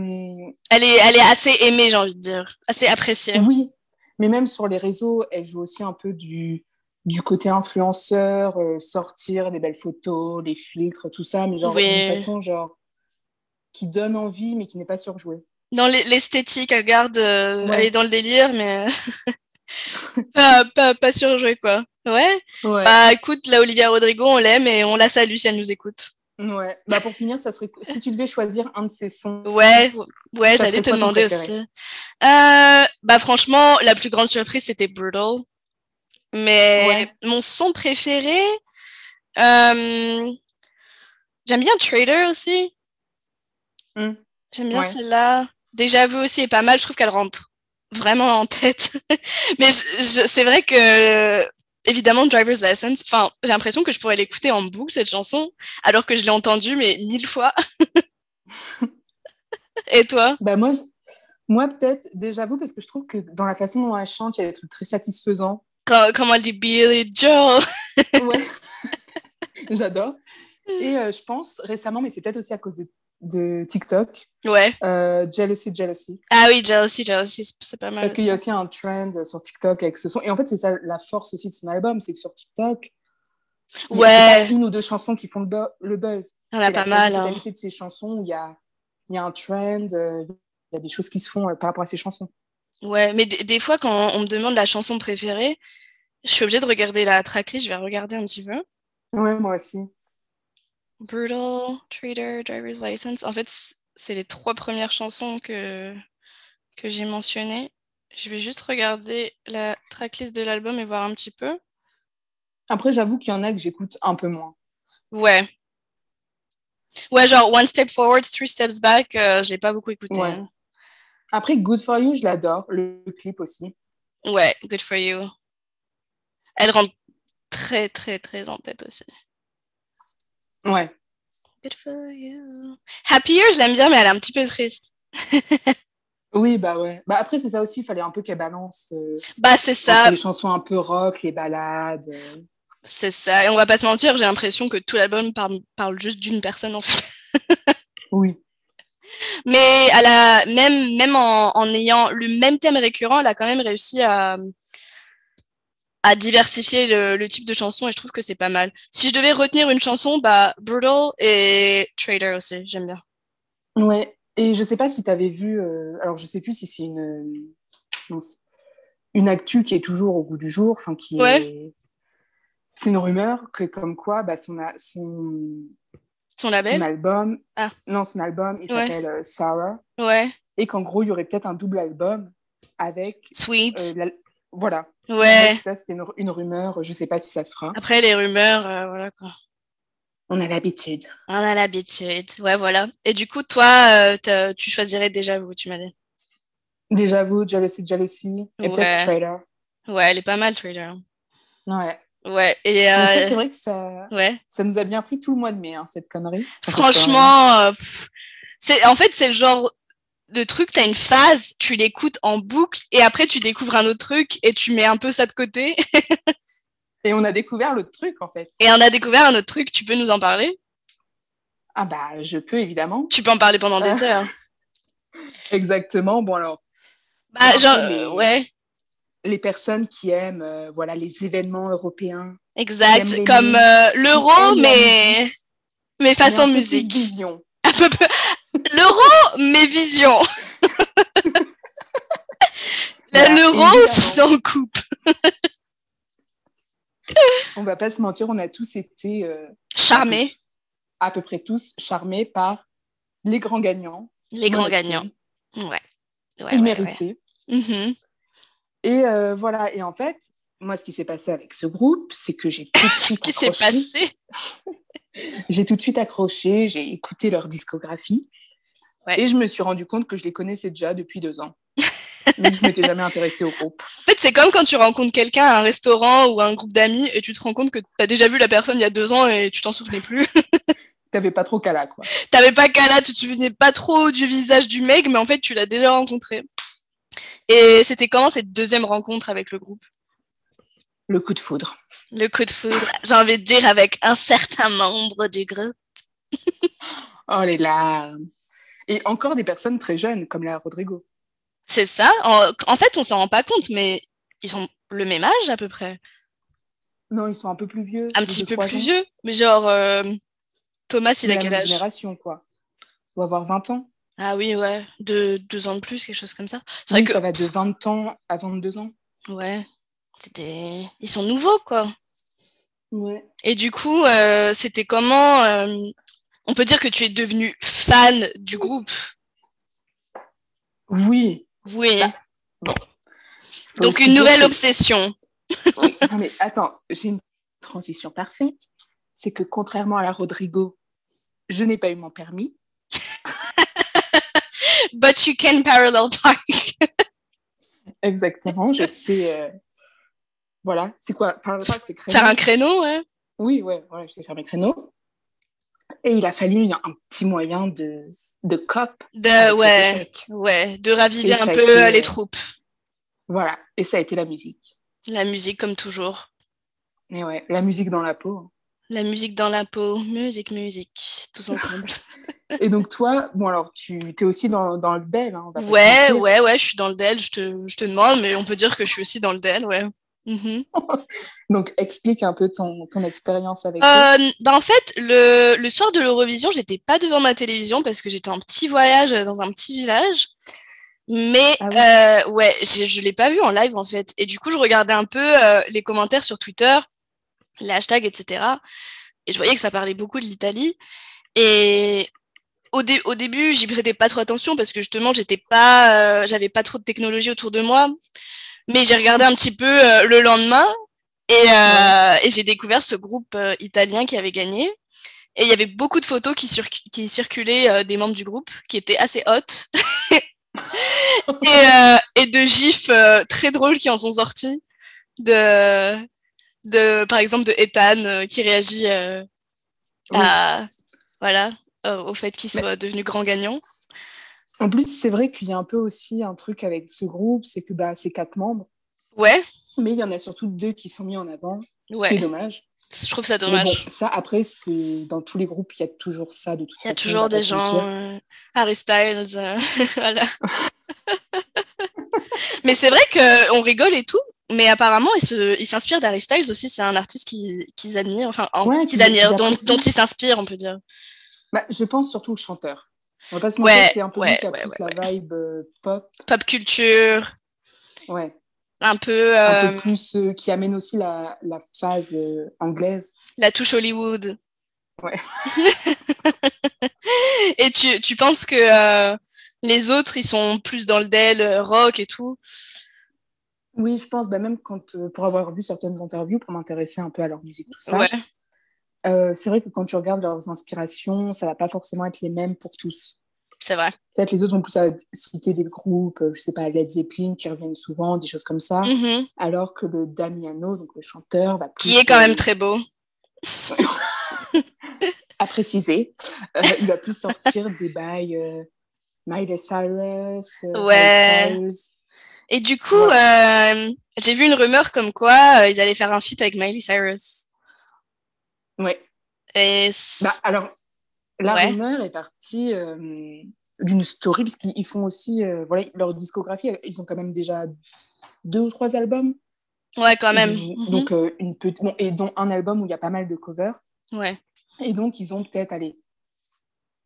[SPEAKER 2] Elle est, elle est assez aimée, j'ai envie de dire. Assez appréciée.
[SPEAKER 1] oui, mais même sur les réseaux, elle joue aussi un peu du du côté influenceur, euh, sortir des belles photos, les filtres, tout ça, mais genre
[SPEAKER 2] Oui.
[SPEAKER 1] d'une façon genre qui donne envie, mais qui n'est pas surjouée.
[SPEAKER 2] dans l'e- l'esthétique, elle garde, euh,
[SPEAKER 1] Ouais.
[SPEAKER 2] elle est dans le délire, mais pas, pas, pas surjouée, quoi. Ouais.
[SPEAKER 1] Ouais.
[SPEAKER 2] Bah écoute, la Olivia Rodrigo, on l'aime et on la salue si elle nous écoute.
[SPEAKER 1] Ouais. Bah pour finir, ça serait si tu devais choisir un de ces sons.
[SPEAKER 2] Ouais, ouais,
[SPEAKER 1] Ça
[SPEAKER 2] j'allais
[SPEAKER 1] serait quoi
[SPEAKER 2] te
[SPEAKER 1] ton
[SPEAKER 2] demander aussi.
[SPEAKER 1] préféré
[SPEAKER 2] Euh, bah franchement, la plus grande surprise, c'était Brutal. Mais
[SPEAKER 1] Ouais.
[SPEAKER 2] mon son préféré, euh, j'aime bien Trader aussi.
[SPEAKER 1] Hmm.
[SPEAKER 2] J'aime bien
[SPEAKER 1] Ouais.
[SPEAKER 2] celle-là. Déjà vu aussi est pas mal, je trouve qu'elle rentre vraiment en tête. Mais je- je- c'est vrai que, euh, évidemment, Driver's License, enfin, j'ai l'impression que je pourrais l'écouter en boucle, cette chanson, alors que je l'ai entendue, mais mille fois. Et toi?
[SPEAKER 1] Bah moi, je- moi peut-être déjà vous parce que je trouve que dans la façon dont elle chante, il y a des trucs très satisfaisants.
[SPEAKER 2] Quand- comment elle dit Billy Joel?
[SPEAKER 1] Ouais. J'adore. Et euh, je pense récemment, mais c'est peut-être aussi à cause de, de TikTok,
[SPEAKER 2] Ouais.
[SPEAKER 1] euh, Jealousy, Jealousy.
[SPEAKER 2] Ah oui, Jealousy, Jealousy, c'est c'est pas mal.
[SPEAKER 1] Parce qu'il y a aussi un trend sur TikTok avec ce son. Et en fait, c'est ça la force aussi de son album, c'est que sur TikTok, il y a- c'est
[SPEAKER 2] Ouais,
[SPEAKER 1] pas une ou deux chansons qui font le, bu- le buzz.
[SPEAKER 2] il y en a
[SPEAKER 1] C'est
[SPEAKER 2] pas
[SPEAKER 1] la
[SPEAKER 2] mal. hein.
[SPEAKER 1] quasi-totalité de ces chansons où il y a, il y a un trend, euh, il y a des choses qui se font euh, par rapport à ces chansons.
[SPEAKER 2] hein. Ouais, mais des des fois, quand on me demande la chanson préférée, je suis obligée de regarder la tracklist, je vais regarder un petit peu.
[SPEAKER 1] Ouais, moi aussi.
[SPEAKER 2] Brutal, Trader, Driver's License. En fait, c'est les trois premières chansons que, que j'ai mentionnées. Je vais juste regarder la tracklist de l'album et voir un petit peu.
[SPEAKER 1] Après, j'avoue qu'il y en a que j'écoute un peu moins.
[SPEAKER 2] Ouais. Ouais, genre One Step Forward, Three Steps Back, euh, je l'ai pas beaucoup écouté.
[SPEAKER 1] Ouais.
[SPEAKER 2] hein.
[SPEAKER 1] Après, Good For You, je l'adore. Le clip aussi.
[SPEAKER 2] Ouais, Good For You. Elle rentre très, très, très en tête aussi.
[SPEAKER 1] Ouais.
[SPEAKER 2] Good For You. Happier, je l'aime bien, mais elle est un petit peu triste.
[SPEAKER 1] Oui, bah ouais. Bah après, c'est ça aussi. Il fallait un peu qu'elle balance euh,
[SPEAKER 2] Bah, c'est
[SPEAKER 1] entre
[SPEAKER 2] ça,
[SPEAKER 1] les chansons un peu rock, les balades. euh.
[SPEAKER 2] c'est ça. Et on va pas se mentir, j'ai l'impression que tout l'album par- parle juste d'une personne, en fait.
[SPEAKER 1] Oui.
[SPEAKER 2] Mais elle a, même, même en, en ayant le même thème récurrent, elle a quand même réussi à, à diversifier le, le type de chanson et je trouve que c'est pas mal. Si je devais retenir une chanson, bah, Brutal et Trader aussi, j'aime bien.
[SPEAKER 1] Ouais. Et je sais pas si tu avais vu. euh, alors, je sais plus si c'est une. euh, mince, une actu qui est toujours au goût du jour. Enfin, qui est-
[SPEAKER 2] Ouais.
[SPEAKER 1] C'est une rumeur que, comme quoi, bah, son, a- son,
[SPEAKER 2] Son
[SPEAKER 1] son
[SPEAKER 2] label
[SPEAKER 1] album.
[SPEAKER 2] Ah.
[SPEAKER 1] Non, son album, il
[SPEAKER 2] Ouais.
[SPEAKER 1] s'appelle euh, Sarah.
[SPEAKER 2] Ouais.
[SPEAKER 1] Et qu'en gros, il y aurait peut-être un double album avec. euh,
[SPEAKER 2] Sweet.
[SPEAKER 1] l'al- Voilà.
[SPEAKER 2] Euh, ouais.
[SPEAKER 1] Ça, c'était une, une rumeur. Je sais pas si ça se fera.
[SPEAKER 2] Après, les rumeurs, euh, voilà quoi.
[SPEAKER 1] On a l'habitude.
[SPEAKER 2] On a l'habitude. Ouais, voilà. Et du coup, toi, euh, t'as- tu choisirais déjà vous, tu m'as dit.
[SPEAKER 1] Déjà vous, Jealousy, Jealousy. Et
[SPEAKER 2] Ouais.
[SPEAKER 1] peut-être Trailer.
[SPEAKER 2] Ouais, elle est pas mal, Trader.
[SPEAKER 1] Ouais.
[SPEAKER 2] Ouais. Et,
[SPEAKER 1] Donc ça,
[SPEAKER 2] euh,
[SPEAKER 1] c'est vrai que ça,
[SPEAKER 2] ouais.
[SPEAKER 1] ça nous a bien pris tout le mois de mai, hein, cette connerie.
[SPEAKER 2] Franchement, euh, pff, c'est en fait c'est le genre de truc, t'as une phase, tu l'écoutes en boucle et après tu découvres un autre truc et tu mets un peu ça de côté
[SPEAKER 1] Et on a découvert le truc, en fait.
[SPEAKER 2] et on a découvert un autre truc, tu peux nous en parler
[SPEAKER 1] Ah bah, je peux, évidemment.
[SPEAKER 2] Tu peux en parler pendant
[SPEAKER 1] Ah.
[SPEAKER 2] des heures.
[SPEAKER 1] Exactement. Bon, alors,
[SPEAKER 2] Bah
[SPEAKER 1] Non,
[SPEAKER 2] genre
[SPEAKER 1] Ah, mais-
[SPEAKER 2] euh, ouais,
[SPEAKER 1] les personnes qui aiment euh, voilà, les événements européens. J'aime les
[SPEAKER 2] exact, comme
[SPEAKER 1] musiques.
[SPEAKER 2] euh, l'euro
[SPEAKER 1] J'aime la
[SPEAKER 2] mais mais façon
[SPEAKER 1] mais un peu plus
[SPEAKER 2] musique.
[SPEAKER 1] Vision.
[SPEAKER 2] Un peu peu- L'euro mais vision.
[SPEAKER 1] Voilà,
[SPEAKER 2] Là, L'euro
[SPEAKER 1] Bah, évidemment.
[SPEAKER 2] s'en coupe.
[SPEAKER 1] On va pas se mentir, on a tous été, euh,
[SPEAKER 2] Charmé,
[SPEAKER 1] à peu près tous, charmés par les grands gagnants.
[SPEAKER 2] les grands
[SPEAKER 1] Måneskin,
[SPEAKER 2] gagnants. Ouais. Ouais, ouais, ouais.
[SPEAKER 1] Immérités.
[SPEAKER 2] Mhm.
[SPEAKER 1] Et euh, voilà, et en fait, moi, ce qui s'est passé avec ce groupe, c'est que j'ai tout de
[SPEAKER 2] Ce
[SPEAKER 1] suite
[SPEAKER 2] qui s'est
[SPEAKER 1] accroché.
[SPEAKER 2] passé.
[SPEAKER 1] J'ai tout de suite accroché, j'ai écouté leur discographie.
[SPEAKER 2] Ouais.
[SPEAKER 1] Et je me suis rendu compte que je les connaissais déjà depuis deux ans. Mais je m'étais jamais intéressée au groupe.
[SPEAKER 2] En fait, c'est comme quand tu rencontres quelqu'un à un restaurant ou à un groupe d'amis et tu te rends compte que t'as déjà vu la personne il y a deux ans et tu t'en souvenais plus.
[SPEAKER 1] T'avais pas trop qu'à là, quoi.
[SPEAKER 2] T'avais pas qu'à là, tu te souvenais pas trop du visage du mec, mais en fait, tu l'as déjà rencontré. Et c'était comment cette deuxième rencontre avec le groupe
[SPEAKER 1] Le coup de foudre.
[SPEAKER 2] Le coup de foudre, j'ai envie de dire avec un certain membre du groupe.
[SPEAKER 1] Oh les larmes. Et encore des personnes très jeunes, comme la Rodrigo.
[SPEAKER 2] C'est ça. En, en fait, on s'en rend pas compte, mais ils ont le même âge à peu près.
[SPEAKER 1] Non, ils sont un peu plus vieux.
[SPEAKER 2] Un
[SPEAKER 1] de
[SPEAKER 2] petit
[SPEAKER 1] deux,
[SPEAKER 2] peu
[SPEAKER 1] trois
[SPEAKER 2] plus
[SPEAKER 1] ans.
[SPEAKER 2] vieux. Mais genre, euh, Thomas, il
[SPEAKER 1] De
[SPEAKER 2] a
[SPEAKER 1] la
[SPEAKER 2] quel
[SPEAKER 1] même
[SPEAKER 2] âge
[SPEAKER 1] génération, quoi. On va avoir 20 ans.
[SPEAKER 2] Ah oui, ouais. De, deux ans de plus, quelque chose comme ça. C'est vrai
[SPEAKER 1] Oui,
[SPEAKER 2] que
[SPEAKER 1] ça va de 20 ans à 22 ans.
[SPEAKER 2] Ouais, c'était. Ils sont nouveaux, quoi.
[SPEAKER 1] Ouais.
[SPEAKER 2] Et du coup, euh, c'était comment euh, On peut dire que tu es devenu fan du groupe.
[SPEAKER 1] Oui.
[SPEAKER 2] Oui.
[SPEAKER 1] Faut
[SPEAKER 2] Donc
[SPEAKER 1] Bah, aussi
[SPEAKER 2] une
[SPEAKER 1] dire
[SPEAKER 2] nouvelle
[SPEAKER 1] que-
[SPEAKER 2] obsession.
[SPEAKER 1] Non, mais attends, j'ai une transition parfaite. C'est que contrairement à la Rodrigo, je n'ai pas eu mon permis.
[SPEAKER 2] But you can parallel park.
[SPEAKER 1] Exactement, je sais. euh, Voilà, c'est quoi Par par- c'est créneau.
[SPEAKER 2] Faire un créneau, ouais.
[SPEAKER 1] Oui, ouais, voilà, je sais faire mes créneaux. Et il a fallu un, un petit moyen de, de cop.
[SPEAKER 2] De,
[SPEAKER 1] avec cet
[SPEAKER 2] Euh, ouais,
[SPEAKER 1] échec.
[SPEAKER 2] ouais, de raviver
[SPEAKER 1] Et
[SPEAKER 2] un
[SPEAKER 1] ça a
[SPEAKER 2] peu
[SPEAKER 1] été,
[SPEAKER 2] euh, les
[SPEAKER 1] euh,
[SPEAKER 2] troupes.
[SPEAKER 1] Voilà, et ça a été la musique.
[SPEAKER 2] La musique, comme toujours.
[SPEAKER 1] Mais ouais, la musique dans la peau.
[SPEAKER 2] La musique dans la peau. Musique, musique. Tous ensemble.
[SPEAKER 1] Et donc, toi, bon, alors, tu es aussi dans, dans le DEL. hein, on va pas se
[SPEAKER 2] ouais,
[SPEAKER 1] mentir.
[SPEAKER 2] ouais, ouais, je suis dans le DEL, je te, je te demande, mais on peut dire que je suis aussi dans le DEL, ouais. Mhm.
[SPEAKER 1] Donc, explique un peu ton, ton expérience avec eux.
[SPEAKER 2] Euh, bah en fait, le, le soir de l'Eurovision, j'étais pas devant ma télévision parce que j'étais en petit voyage euh, dans un petit village. Mais
[SPEAKER 1] Ah
[SPEAKER 2] euh, ouais, je, je l'ai pas vu en live en fait. Et du coup, je regardais un peu euh, les commentaires sur Twitter, les hashtags, etc. Et je voyais que ça parlait beaucoup de l'Italie. Et au, dé au début, j'y prêtais pas trop attention parce que justement, j'étais pas, euh, j'avais pas trop de technologie autour de moi. Mais j'ai regardé un petit peu euh, le lendemain et, euh, et j'ai découvert ce groupe euh, italien qui avait gagné. Et il y avait beaucoup de photos qui, cir qui circulaient euh, des membres du groupe qui étaient assez hautes et, et, de gifs euh, très drôles qui en sont sortis. De, de, par exemple, de Ethan euh, qui réagit à, oui. voilà, au fait qu'il soit devenu grand gagnant.
[SPEAKER 1] En plus, c'est vrai qu'il y a un peu aussi un truc avec ce groupe, c'est que bah, c'est quatre membres.
[SPEAKER 2] Ouais.
[SPEAKER 1] Mais il y en a surtout deux qui sont mis en avant, ce ouais. qui est dommage.
[SPEAKER 2] Je trouve ça dommage. Mais
[SPEAKER 1] bon, ça, après, c'est dans tous les groupes, il y a toujours ça de toute
[SPEAKER 2] façon. Il y a toujours des gens, euh, Harry Styles, euh... voilà. mais c'est vrai qu'on rigole et tout, mais apparemment, ils s'inspirent d'Harry Styles aussi. C'est un artiste qu'ils qu admirent, enfin, en, ouais, qu'ils qu admirent, dont, dont ils s'inspirent, on peut dire.
[SPEAKER 1] Bah, je pense surtout au chanteur. On va pas se mentir, ouais, c'est un peu ouais, lui qui a ouais, plus la vibe euh, pop.
[SPEAKER 2] Pop culture.
[SPEAKER 1] Ouais.
[SPEAKER 2] Un peu. Euh...
[SPEAKER 1] Un peu plus euh, qui amène aussi la, la phase euh, anglaise.
[SPEAKER 2] La touche Hollywood.
[SPEAKER 1] Ouais.
[SPEAKER 2] et tu, tu, penses que euh, les autres, ils sont plus dans le Dell, rock et tout
[SPEAKER 1] Oui, je pense, bah, même quand, pour avoir vu certaines interviews, pour m'intéresser un peu à leur musique, tout ça.
[SPEAKER 2] Ouais.
[SPEAKER 1] Euh, c'est vrai que quand tu regardes leurs inspirations, ça va pas forcément être les mêmes pour tous.
[SPEAKER 2] C'est vrai.
[SPEAKER 1] Peut-être les autres vont plus à citer des groupes, euh, je sais pas, Led Zeppelin qui reviennent souvent, des choses comme ça.
[SPEAKER 2] Mm -hmm.
[SPEAKER 1] Alors que le Damiano, donc le chanteur, va plus
[SPEAKER 2] qui est quand même très beau.
[SPEAKER 1] à préciser, euh, il va plus sortir des bails euh, Miley Cyrus. euh,
[SPEAKER 2] ouais. Cyrus. Et du coup, ouais. j'ai vu une rumeur comme quoi euh, ils allaient faire un feat avec Miley Cyrus.
[SPEAKER 1] Ouais.
[SPEAKER 2] Et
[SPEAKER 1] bah, alors, la ouais. rumeur est partie euh, d'une story, parce qu'ils font aussi, euh, voilà, leur discographie, euh, ils ont quand même déjà deux ou trois albums.
[SPEAKER 2] Ouais, quand même. Mhm.
[SPEAKER 1] Et, mm -hmm. Donc, euh, une petite, bon, et dont un album où il y a pas mal de covers.
[SPEAKER 2] Ouais.
[SPEAKER 1] Et donc, ils ont peut-être, allez,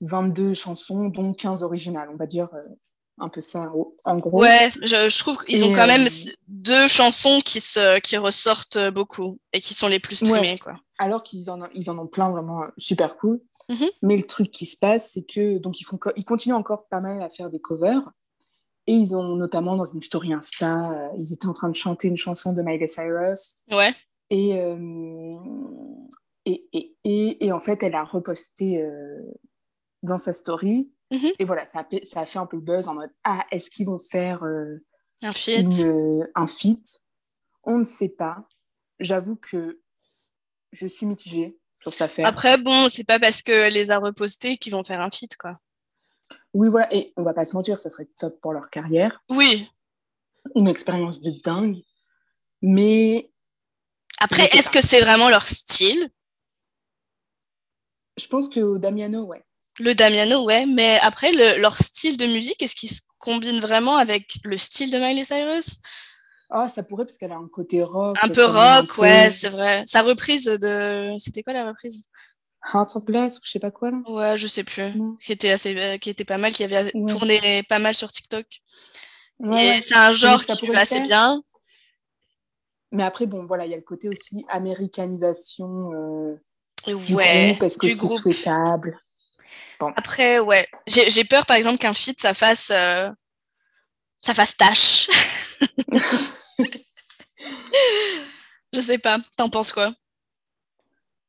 [SPEAKER 1] 22 chansons, dont 15 originales, on va dire. euh, un peu ça en gros
[SPEAKER 2] ouais je, je trouve qu'ils ont quand même deux chansons qui se qui ressortent euh, beaucoup et qui sont les plus streamées ouais. quoi
[SPEAKER 1] alors qu'ils en, ont, ils en ont plein vraiment euh, super cool.
[SPEAKER 2] Mm -hmm.
[SPEAKER 1] Mais le truc qui se passe, c'est que donc ils, font, ils continuent encore pas mal à faire des covers. Et ils ont notamment dans une story Insta, euh, ils étaient en train de chanter une chanson de Miley Cyrus.
[SPEAKER 2] Ouais.
[SPEAKER 1] Et, euh, et, et, et, et, en fait, elle a reposté euh, dans sa story.
[SPEAKER 2] Mm -hmm.
[SPEAKER 1] Et voilà, ça a, ça a, fait un peu le buzz en mode Ah, est-ce qu'ils vont faire euh,
[SPEAKER 2] un feat
[SPEAKER 1] une, euh, Un feat On ne sait pas. J'avoue que je suis mitigée sur cette affaire.
[SPEAKER 2] Après, bon, c'est pas parce que les a repostés qu'ils vont faire un feat, quoi.
[SPEAKER 1] Oui, voilà, et on va pas se mentir, ça serait top pour leur carrière.
[SPEAKER 2] Oui.
[SPEAKER 1] Une expérience de dingue. Mais.
[SPEAKER 2] Après, est-ce que c'est vraiment leur style
[SPEAKER 1] Je pense que Damiano, ouais.
[SPEAKER 2] Le Damiano, ouais, mais après, le, leur style de musique, est-ce qu'il se combine vraiment avec le style de Miley Cyrus
[SPEAKER 1] ah, ça pourrait parce qu'elle a un côté rock.
[SPEAKER 2] Un peu rock, un peu... ouais, c'est vrai. Sa reprise de. C'était quoi la reprise
[SPEAKER 1] Heart of Glass ou je sais pas quoi là
[SPEAKER 2] Ouais, je sais plus. Mm. Qui, était assez... qui était pas mal, qui avait ouais. tourné pas mal sur TikTok. Ouais, Et ouais. c'est un genre qui lui assez bien.
[SPEAKER 1] Mais après, bon, voilà, il y a le côté aussi américanisation euh,
[SPEAKER 2] du groupe,
[SPEAKER 1] parce que c'est souhaitable.
[SPEAKER 2] Bon. Après, ouais. J'ai peur, par exemple, qu'un feat, ça fasse. Euh... ça fasse tâche. je sais pas, t'en penses quoi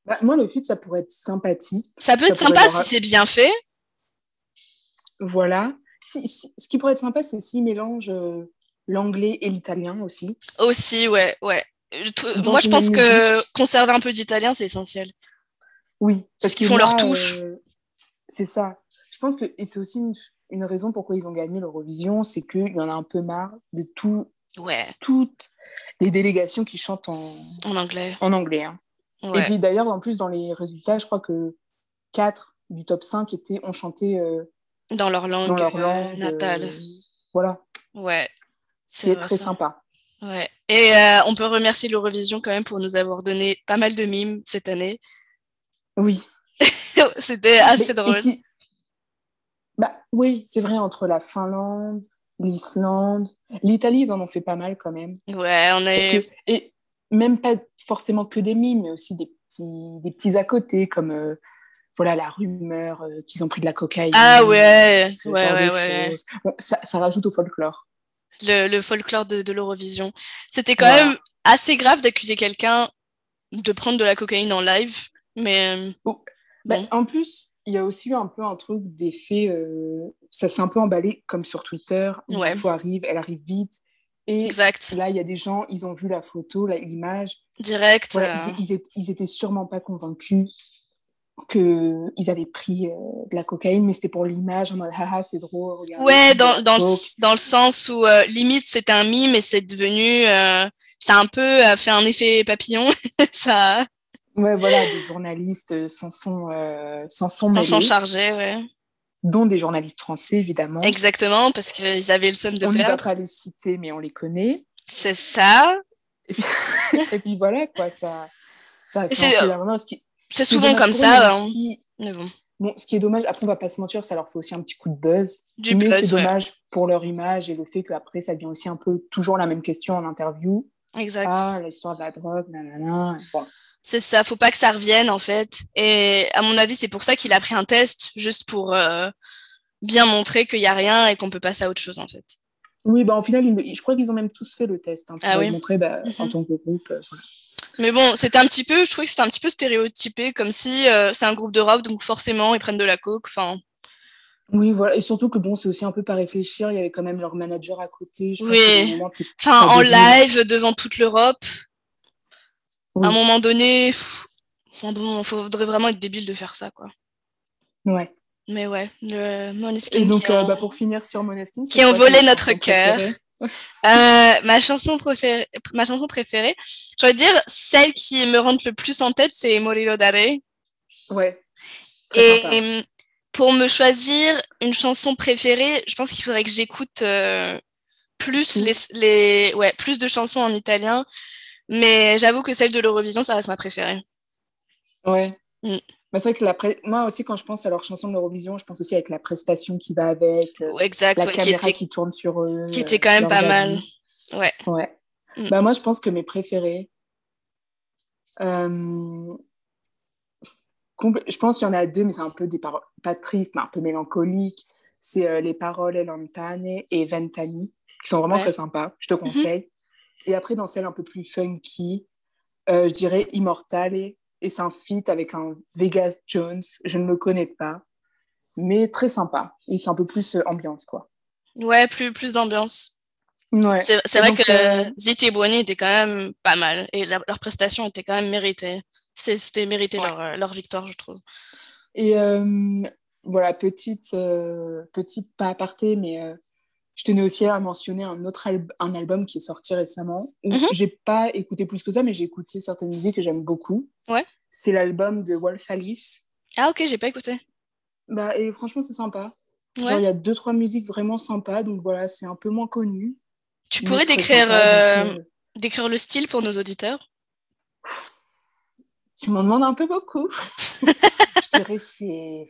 [SPEAKER 1] bah, Moi, le feat, ça pourrait être sympathique.
[SPEAKER 2] Ça peut être ça sympa avoir... si c'est bien fait.
[SPEAKER 1] Voilà. Si, si, ce qui pourrait être sympa, c'est s'ils mélangent euh, l'anglais et l'italien aussi.
[SPEAKER 2] Aussi, ouais, ouais. Je moi, je pense musique. que conserver un peu d'italien, c'est essentiel.
[SPEAKER 1] Oui,
[SPEAKER 2] parce qu'ils font leur touche. Euh,
[SPEAKER 1] c'est ça. Je pense que c'est aussi une, une raison pourquoi ils ont gagné l'Eurovision, c'est qu'il y en a un peu marre de tout
[SPEAKER 2] Ouais.
[SPEAKER 1] toutes les délégations qui chantent en,
[SPEAKER 2] en anglais.
[SPEAKER 1] En anglais hein.
[SPEAKER 2] ouais.
[SPEAKER 1] Et puis d'ailleurs, en plus, dans les résultats, je crois que 4 du top 5 étaient, ont chanté euh,
[SPEAKER 2] dans leur langue,
[SPEAKER 1] dans leur langue
[SPEAKER 2] euh, natale. Euh,
[SPEAKER 1] voilà.
[SPEAKER 2] Ouais.
[SPEAKER 1] C'est très ça. sympa.
[SPEAKER 2] Ouais. Et euh, on peut remercier l'Eurovision quand même pour nous avoir donné pas mal de mimes cette année.
[SPEAKER 1] Oui.
[SPEAKER 2] C'était assez Mais, Ah, drôle. Qui...
[SPEAKER 1] Bah oui, c'est vrai, entre la Finlande, l'Islande. L'Italie, ils en ont fait pas mal quand même.
[SPEAKER 2] Ouais, on a
[SPEAKER 1] eu... que... Et même pas forcément que des mimes, mais aussi des petits, des petits à côté, comme euh, voilà, la rumeur euh, qu'ils ont pris de la cocaïne.
[SPEAKER 2] Ah ouais,
[SPEAKER 1] ce
[SPEAKER 2] ouais,
[SPEAKER 1] genre de
[SPEAKER 2] ouais, ouais.
[SPEAKER 1] choses. Bon, ça, ça rajoute au folklore.
[SPEAKER 2] le, le folklore de, de l'Eurovision. C'était quand
[SPEAKER 1] Voilà.
[SPEAKER 2] même assez grave d'accuser quelqu'un de prendre de la cocaïne en live, mais euh,
[SPEAKER 1] Bah,
[SPEAKER 2] Bon.
[SPEAKER 1] En plus, il y a aussi eu un peu un truc d'effet. euh, ça s'est un peu emballé, comme sur Twitter. où
[SPEAKER 2] Ouais.
[SPEAKER 1] L'info arrive, elle arrive vite. Et
[SPEAKER 2] exact,
[SPEAKER 1] là, il y a des gens, ils ont vu la photo, la- l'image.
[SPEAKER 2] direct.
[SPEAKER 1] Voilà,
[SPEAKER 2] euh,
[SPEAKER 1] ils, ils étaient, ils étaient sûrement pas convaincus qu'ils avaient pris euh, de la cocaïne, mais c'était pour l'image, en mode haha, c'est drôle. regardez,
[SPEAKER 2] Ouais,
[SPEAKER 1] c'est de
[SPEAKER 2] dans,
[SPEAKER 1] la
[SPEAKER 2] dans, le,
[SPEAKER 1] coke.
[SPEAKER 2] s- dans le sens où euh, limite c'était un mime et c'est devenu. euh, ça a un peu euh, fait un effet papillon. ça
[SPEAKER 1] Ouais, voilà, des journalistes euh, s'en sont, euh, s'en sont
[SPEAKER 2] on s'en
[SPEAKER 1] mêlés,
[SPEAKER 2] chargeait, ouais.
[SPEAKER 1] dont des journalistes français, évidemment.
[SPEAKER 2] Exactement, parce qu'ils avaient le somme de
[SPEAKER 1] On ne va
[SPEAKER 2] perdre.
[SPEAKER 1] pas les citer, mais on les connaît.
[SPEAKER 2] C'est ça.
[SPEAKER 1] Et puis, et puis voilà, quoi, ça, ça a
[SPEAKER 2] Et
[SPEAKER 1] fait un
[SPEAKER 2] c'est-
[SPEAKER 1] peu la rumeur, ce qui-
[SPEAKER 2] C'est
[SPEAKER 1] ce qui est
[SPEAKER 2] souvent
[SPEAKER 1] dommage
[SPEAKER 2] comme
[SPEAKER 1] pour eux, même
[SPEAKER 2] ça. hein.
[SPEAKER 1] si-
[SPEAKER 2] Mais bon,
[SPEAKER 1] bon, ce qui est dommage, après, on va pas se mentir, ça leur fait aussi un petit coup de buzz.
[SPEAKER 2] du
[SPEAKER 1] mais c'est
[SPEAKER 2] buzz, ouais.
[SPEAKER 1] dommage pour leur image et le fait qu'après, ça devient aussi un peu toujours la même question en interview.
[SPEAKER 2] Exact.
[SPEAKER 1] Ah, l'histoire de la drogue, nanana. Bon.
[SPEAKER 2] C'est ça, faut pas que ça revienne en fait. Et à mon avis, c'est pour ça qu'il a pris un test, juste pour euh, bien montrer qu'il y a rien et qu'on peut passer à autre chose en fait.
[SPEAKER 1] Oui, bah, au final, ils- je crois qu'ils ont même tous fait le test hein, pour
[SPEAKER 2] Ah oui.
[SPEAKER 1] montrer bah,
[SPEAKER 2] Mhm.
[SPEAKER 1] en tant que groupe. euh, voilà.
[SPEAKER 2] Mais bon, c'était un petit peu, je trouvais que c'était un petit peu stéréotypé, comme si euh, c'est un groupe de rap, donc forcément ils prennent de la coke. Enfin,
[SPEAKER 1] Oui, voilà. Et surtout que bon, c'est aussi un peu pas réfléchir. Il y avait quand même leur manager à côté. Je pense
[SPEAKER 2] Oui.
[SPEAKER 1] que des moments, t'es-
[SPEAKER 2] enfin,
[SPEAKER 1] Pas
[SPEAKER 2] en
[SPEAKER 1] de
[SPEAKER 2] live devant toute l'Europe.
[SPEAKER 1] Oui.
[SPEAKER 2] À un moment donné, pff, enfin bon, faudrait vraiment être débile de faire ça, quoi.
[SPEAKER 1] Ouais.
[SPEAKER 2] Mais ouais, le Måneskin
[SPEAKER 1] Et donc,
[SPEAKER 2] qui
[SPEAKER 1] euh,
[SPEAKER 2] en-
[SPEAKER 1] bah, pour finir sur Moneskin,
[SPEAKER 2] qui ont volé notre cœur. Euh, ma chanson préférée, ma chanson préférée, je veux dire celle qui me rentre le plus en tête, c'est Morilo Dare.
[SPEAKER 1] Ouais. Très
[SPEAKER 2] Et
[SPEAKER 1] sympa.
[SPEAKER 2] euh, pour me choisir une chanson préférée, je pense qu'il faudrait que j'écoute euh, plus
[SPEAKER 1] Tout.
[SPEAKER 2] les, les, ouais, plus de chansons en italien. Mais j'avoue que celle de l'Eurovision, ça reste ma préférée.
[SPEAKER 1] Ouais.
[SPEAKER 2] Mm.
[SPEAKER 1] Bah, c'est vrai que la pré- moi aussi, quand je pense à leur chanson de l'Eurovision, je pense aussi avec la prestation qui va avec, euh,
[SPEAKER 2] Ouais, Exact,
[SPEAKER 1] la
[SPEAKER 2] ouais, qui
[SPEAKER 1] caméra
[SPEAKER 2] était,
[SPEAKER 1] qui tourne sur eux.
[SPEAKER 2] qui
[SPEAKER 1] euh,
[SPEAKER 2] était quand même
[SPEAKER 1] leurs
[SPEAKER 2] pas mal.
[SPEAKER 1] habits.
[SPEAKER 2] Ouais.
[SPEAKER 1] Ouais.
[SPEAKER 2] Mm.
[SPEAKER 1] Bah, moi, je pense que mes préférés. euh, compl- Je pense qu'il y en a deux, mais c'est un peu des paroles, pas tristes, mais un peu mélancoliques. C'est euh, les paroles Elantane et Ventani, qui sont vraiment
[SPEAKER 2] Ouais. Mhm.
[SPEAKER 1] très sympas, je te conseille. Et après, dans celle un peu plus funky, euh, je dirais Immortale. Et c'est un feat avec un Vegas Jones. Je ne le connais pas, mais très sympa. Et c'est un peu plus euh, ambiance, quoi.
[SPEAKER 2] Ouais, plus, plus d'ambiance.
[SPEAKER 1] Ouais.
[SPEAKER 2] C'est c'est
[SPEAKER 1] Et
[SPEAKER 2] vrai
[SPEAKER 1] donc,
[SPEAKER 2] que
[SPEAKER 1] euh,
[SPEAKER 2] Ziti et Buoni étaient quand même pas mal et la- leur prestation était quand même méritée. C'est- C'était mérité
[SPEAKER 1] Ouais.
[SPEAKER 2] leur, euh, leur victoire, je trouve.
[SPEAKER 1] Et euh, voilà, petite, euh, petite pas aparté, mais euh, je tenais aussi à mentionner un autre al- un album qui est sorti récemment. où
[SPEAKER 2] Mhm.
[SPEAKER 1] J'ai pas écouté plus que ça, mais j'ai écouté certaines musiques que j'aime beaucoup.
[SPEAKER 2] Ouais.
[SPEAKER 1] C'est l'album de Wolf Alice.
[SPEAKER 2] Ah ok, j'ai pas écouté.
[SPEAKER 1] Bah, et franchement, c'est sympa. Genre, il
[SPEAKER 2] Ouais.
[SPEAKER 1] y a deux, trois musiques vraiment sympas, donc voilà, c'est un peu moins connu.
[SPEAKER 2] Tu
[SPEAKER 1] mais
[SPEAKER 2] pourrais
[SPEAKER 1] très
[SPEAKER 2] décrire,
[SPEAKER 1] sympa,
[SPEAKER 2] euh,
[SPEAKER 1] donc, euh,
[SPEAKER 2] décrire le style pour nos auditeurs
[SPEAKER 1] Tu m'en demandes un peu beaucoup. Je dirais, c'est.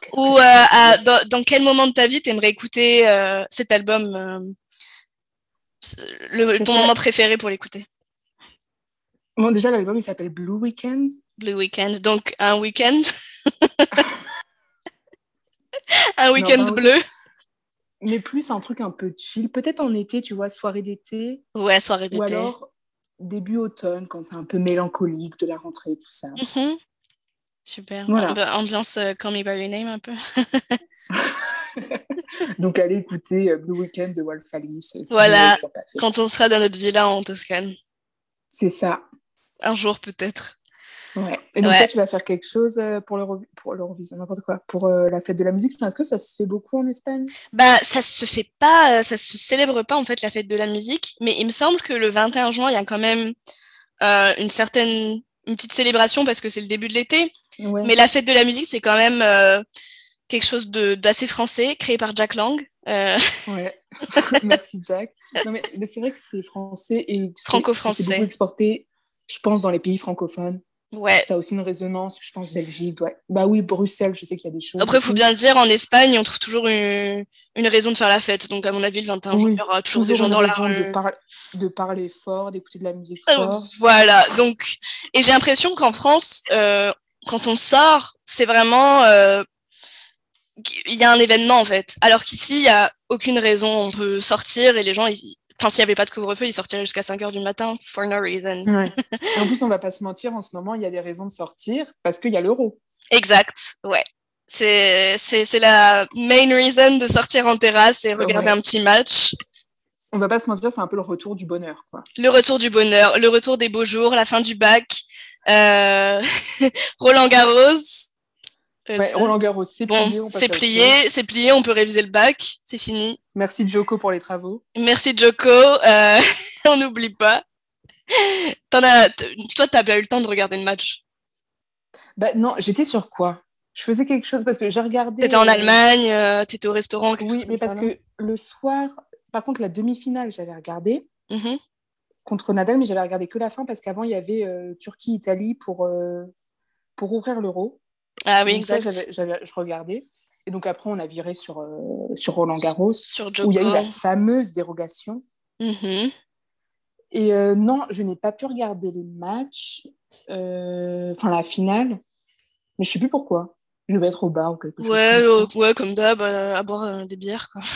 [SPEAKER 1] Qu'est-ce que je
[SPEAKER 2] Ou euh,
[SPEAKER 1] peux
[SPEAKER 2] à-
[SPEAKER 1] dire
[SPEAKER 2] dans, dans quel moment de ta vie t'aimerais écouter euh, cet album euh, c- le,
[SPEAKER 1] C'est
[SPEAKER 2] Ton
[SPEAKER 1] pas-
[SPEAKER 2] moment préféré pour l'écouter
[SPEAKER 1] Bon, déjà, l'album, il s'appelle Blue Weekend.
[SPEAKER 2] Blue Weekend, donc un week-end. un week-end
[SPEAKER 1] pas un
[SPEAKER 2] bleu.
[SPEAKER 1] Mais plus un truc un peu chill. Peut-être en été, tu vois, soirée d'été.
[SPEAKER 2] Ouais, soirée
[SPEAKER 1] Ou
[SPEAKER 2] d'été.
[SPEAKER 1] alors début automne, quand t'es un peu mélancolique de la rentrée et tout ça.
[SPEAKER 2] Mhm. Super.
[SPEAKER 1] Voilà.
[SPEAKER 2] Ambi- Ambiance euh, Call Me By Your Name un peu.
[SPEAKER 1] Donc, allez écouter euh, Blue Weekend de Wolf Alice. si vous
[SPEAKER 2] Voilà.
[SPEAKER 1] l'avez toujours pas fait.
[SPEAKER 2] Quand on sera dans notre villa en Toscane.
[SPEAKER 1] C'est ça.
[SPEAKER 2] Un jour peut-être.
[SPEAKER 1] Ouais. Et donc,
[SPEAKER 2] Ouais.
[SPEAKER 1] toi, tu vas faire quelque chose euh, pour l'Euro- pour l'Eurovision, n'importe quoi, pour euh, la fête de la musique. Enfin, Est-ce que ça se fait beaucoup en Espagne
[SPEAKER 2] Bah ça se fait pas, euh, ça se célèbre pas en fait la fête de la musique, mais il me semble que le 21 juin il y a quand même euh, une certaine une petite célébration parce que c'est le début de l'été.
[SPEAKER 1] Ouais.
[SPEAKER 2] Mais la fête de la musique c'est quand même euh, quelque chose de d'assez français créé par Jack Lang, euh,
[SPEAKER 1] Ouais. Merci, Jack. Non, mais, mais c'est vrai que c'est français et c'est-
[SPEAKER 2] Franco-français.
[SPEAKER 1] C'est beaucoup exporté, je pense, dans les pays francophones.
[SPEAKER 2] Ouais.
[SPEAKER 1] Ça a aussi une résonance, je pense, Belgique. Ouais. Bah oui, Bruxelles, je sais qu'il y a des choses.
[SPEAKER 2] Après, il faut bien le dire, en Espagne, on trouve toujours une, une raison de faire la fête. Donc, à mon avis, le 21 juin,
[SPEAKER 1] Oui,
[SPEAKER 2] il y aura toujours des gens
[SPEAKER 1] une
[SPEAKER 2] dans la
[SPEAKER 1] raison
[SPEAKER 2] rue.
[SPEAKER 1] De, par- de parler fort, d'écouter de la musique
[SPEAKER 2] Euh,
[SPEAKER 1] fort.
[SPEAKER 2] Voilà, donc, et j'ai l'impression qu'en France, euh, quand on sort, c'est vraiment. euh, qu'il- Il y a un événement en fait. Alors qu'ici, il n'y a aucune raison. On peut sortir et les gens, ils- enfin, s'il n'y avait pas de couvre-feu, ils sortiraient jusqu'à 5 heures du matin, for no reason.
[SPEAKER 1] Ouais. Et en plus, on va pas se mentir, en ce moment, il y a des raisons de sortir parce qu'il y a l'euro.
[SPEAKER 2] Exact, ouais. C'est c'est- c'est la main reason de sortir en terrasse et regarder
[SPEAKER 1] Ouais.
[SPEAKER 2] un petit match.
[SPEAKER 1] On va pas se mentir, c'est un peu le retour du bonheur. Quoi.
[SPEAKER 2] Le retour du bonheur, le retour des beaux jours, la fin du bac, euh, Roland Garros. Euh,
[SPEAKER 1] Ouais,
[SPEAKER 2] ça-
[SPEAKER 1] Roland Garros, c'est plié.
[SPEAKER 2] bon,
[SPEAKER 1] on passe
[SPEAKER 2] Eh, c'est
[SPEAKER 1] à autre chose.
[SPEAKER 2] plié, c'est plié, on peut réviser le bac, c'est fini.
[SPEAKER 1] Merci Joko pour les travaux.
[SPEAKER 2] Merci Joko, euh, on n'oublie pas. T'en as, t- toi, t'as pas eu le temps de regarder le match.
[SPEAKER 1] Bah non, j'étais sur quoi Je faisais quelque chose parce que j'ai regardé.
[SPEAKER 2] T'étais en
[SPEAKER 1] euh,
[SPEAKER 2] Allemagne, euh, t'étais au restaurant. quelque
[SPEAKER 1] Oui,
[SPEAKER 2] chose
[SPEAKER 1] mais
[SPEAKER 2] comme
[SPEAKER 1] parce
[SPEAKER 2] ça,
[SPEAKER 1] que le soir, par contre, la demi-finale, j'avais regardé
[SPEAKER 2] non Mhm.
[SPEAKER 1] contre Nadal, mais j'avais regardé que la fin parce qu'avant, il y avait euh, Turquie-Italie pour, euh, pour ouvrir l'euro.
[SPEAKER 2] Ah oui,
[SPEAKER 1] Donc ça,
[SPEAKER 2] exact.
[SPEAKER 1] j'avais- j'avais- je regardais. Et donc après, on a viré sur, euh, sur Roland Garros,
[SPEAKER 2] Sur
[SPEAKER 1] où il y a eu la
[SPEAKER 2] Joko.
[SPEAKER 1] fameuse dérogation.
[SPEAKER 2] Mhm.
[SPEAKER 1] Et euh, non, je n'ai pas pu regarder les matchs, euh, enfin la finale, mais je sais plus pourquoi. Je devais être au bar ou quelque chose.
[SPEAKER 2] Ouais,
[SPEAKER 1] comme ça.
[SPEAKER 2] euh, ouais, comme d'hab, euh, à boire euh, des bières. Quoi.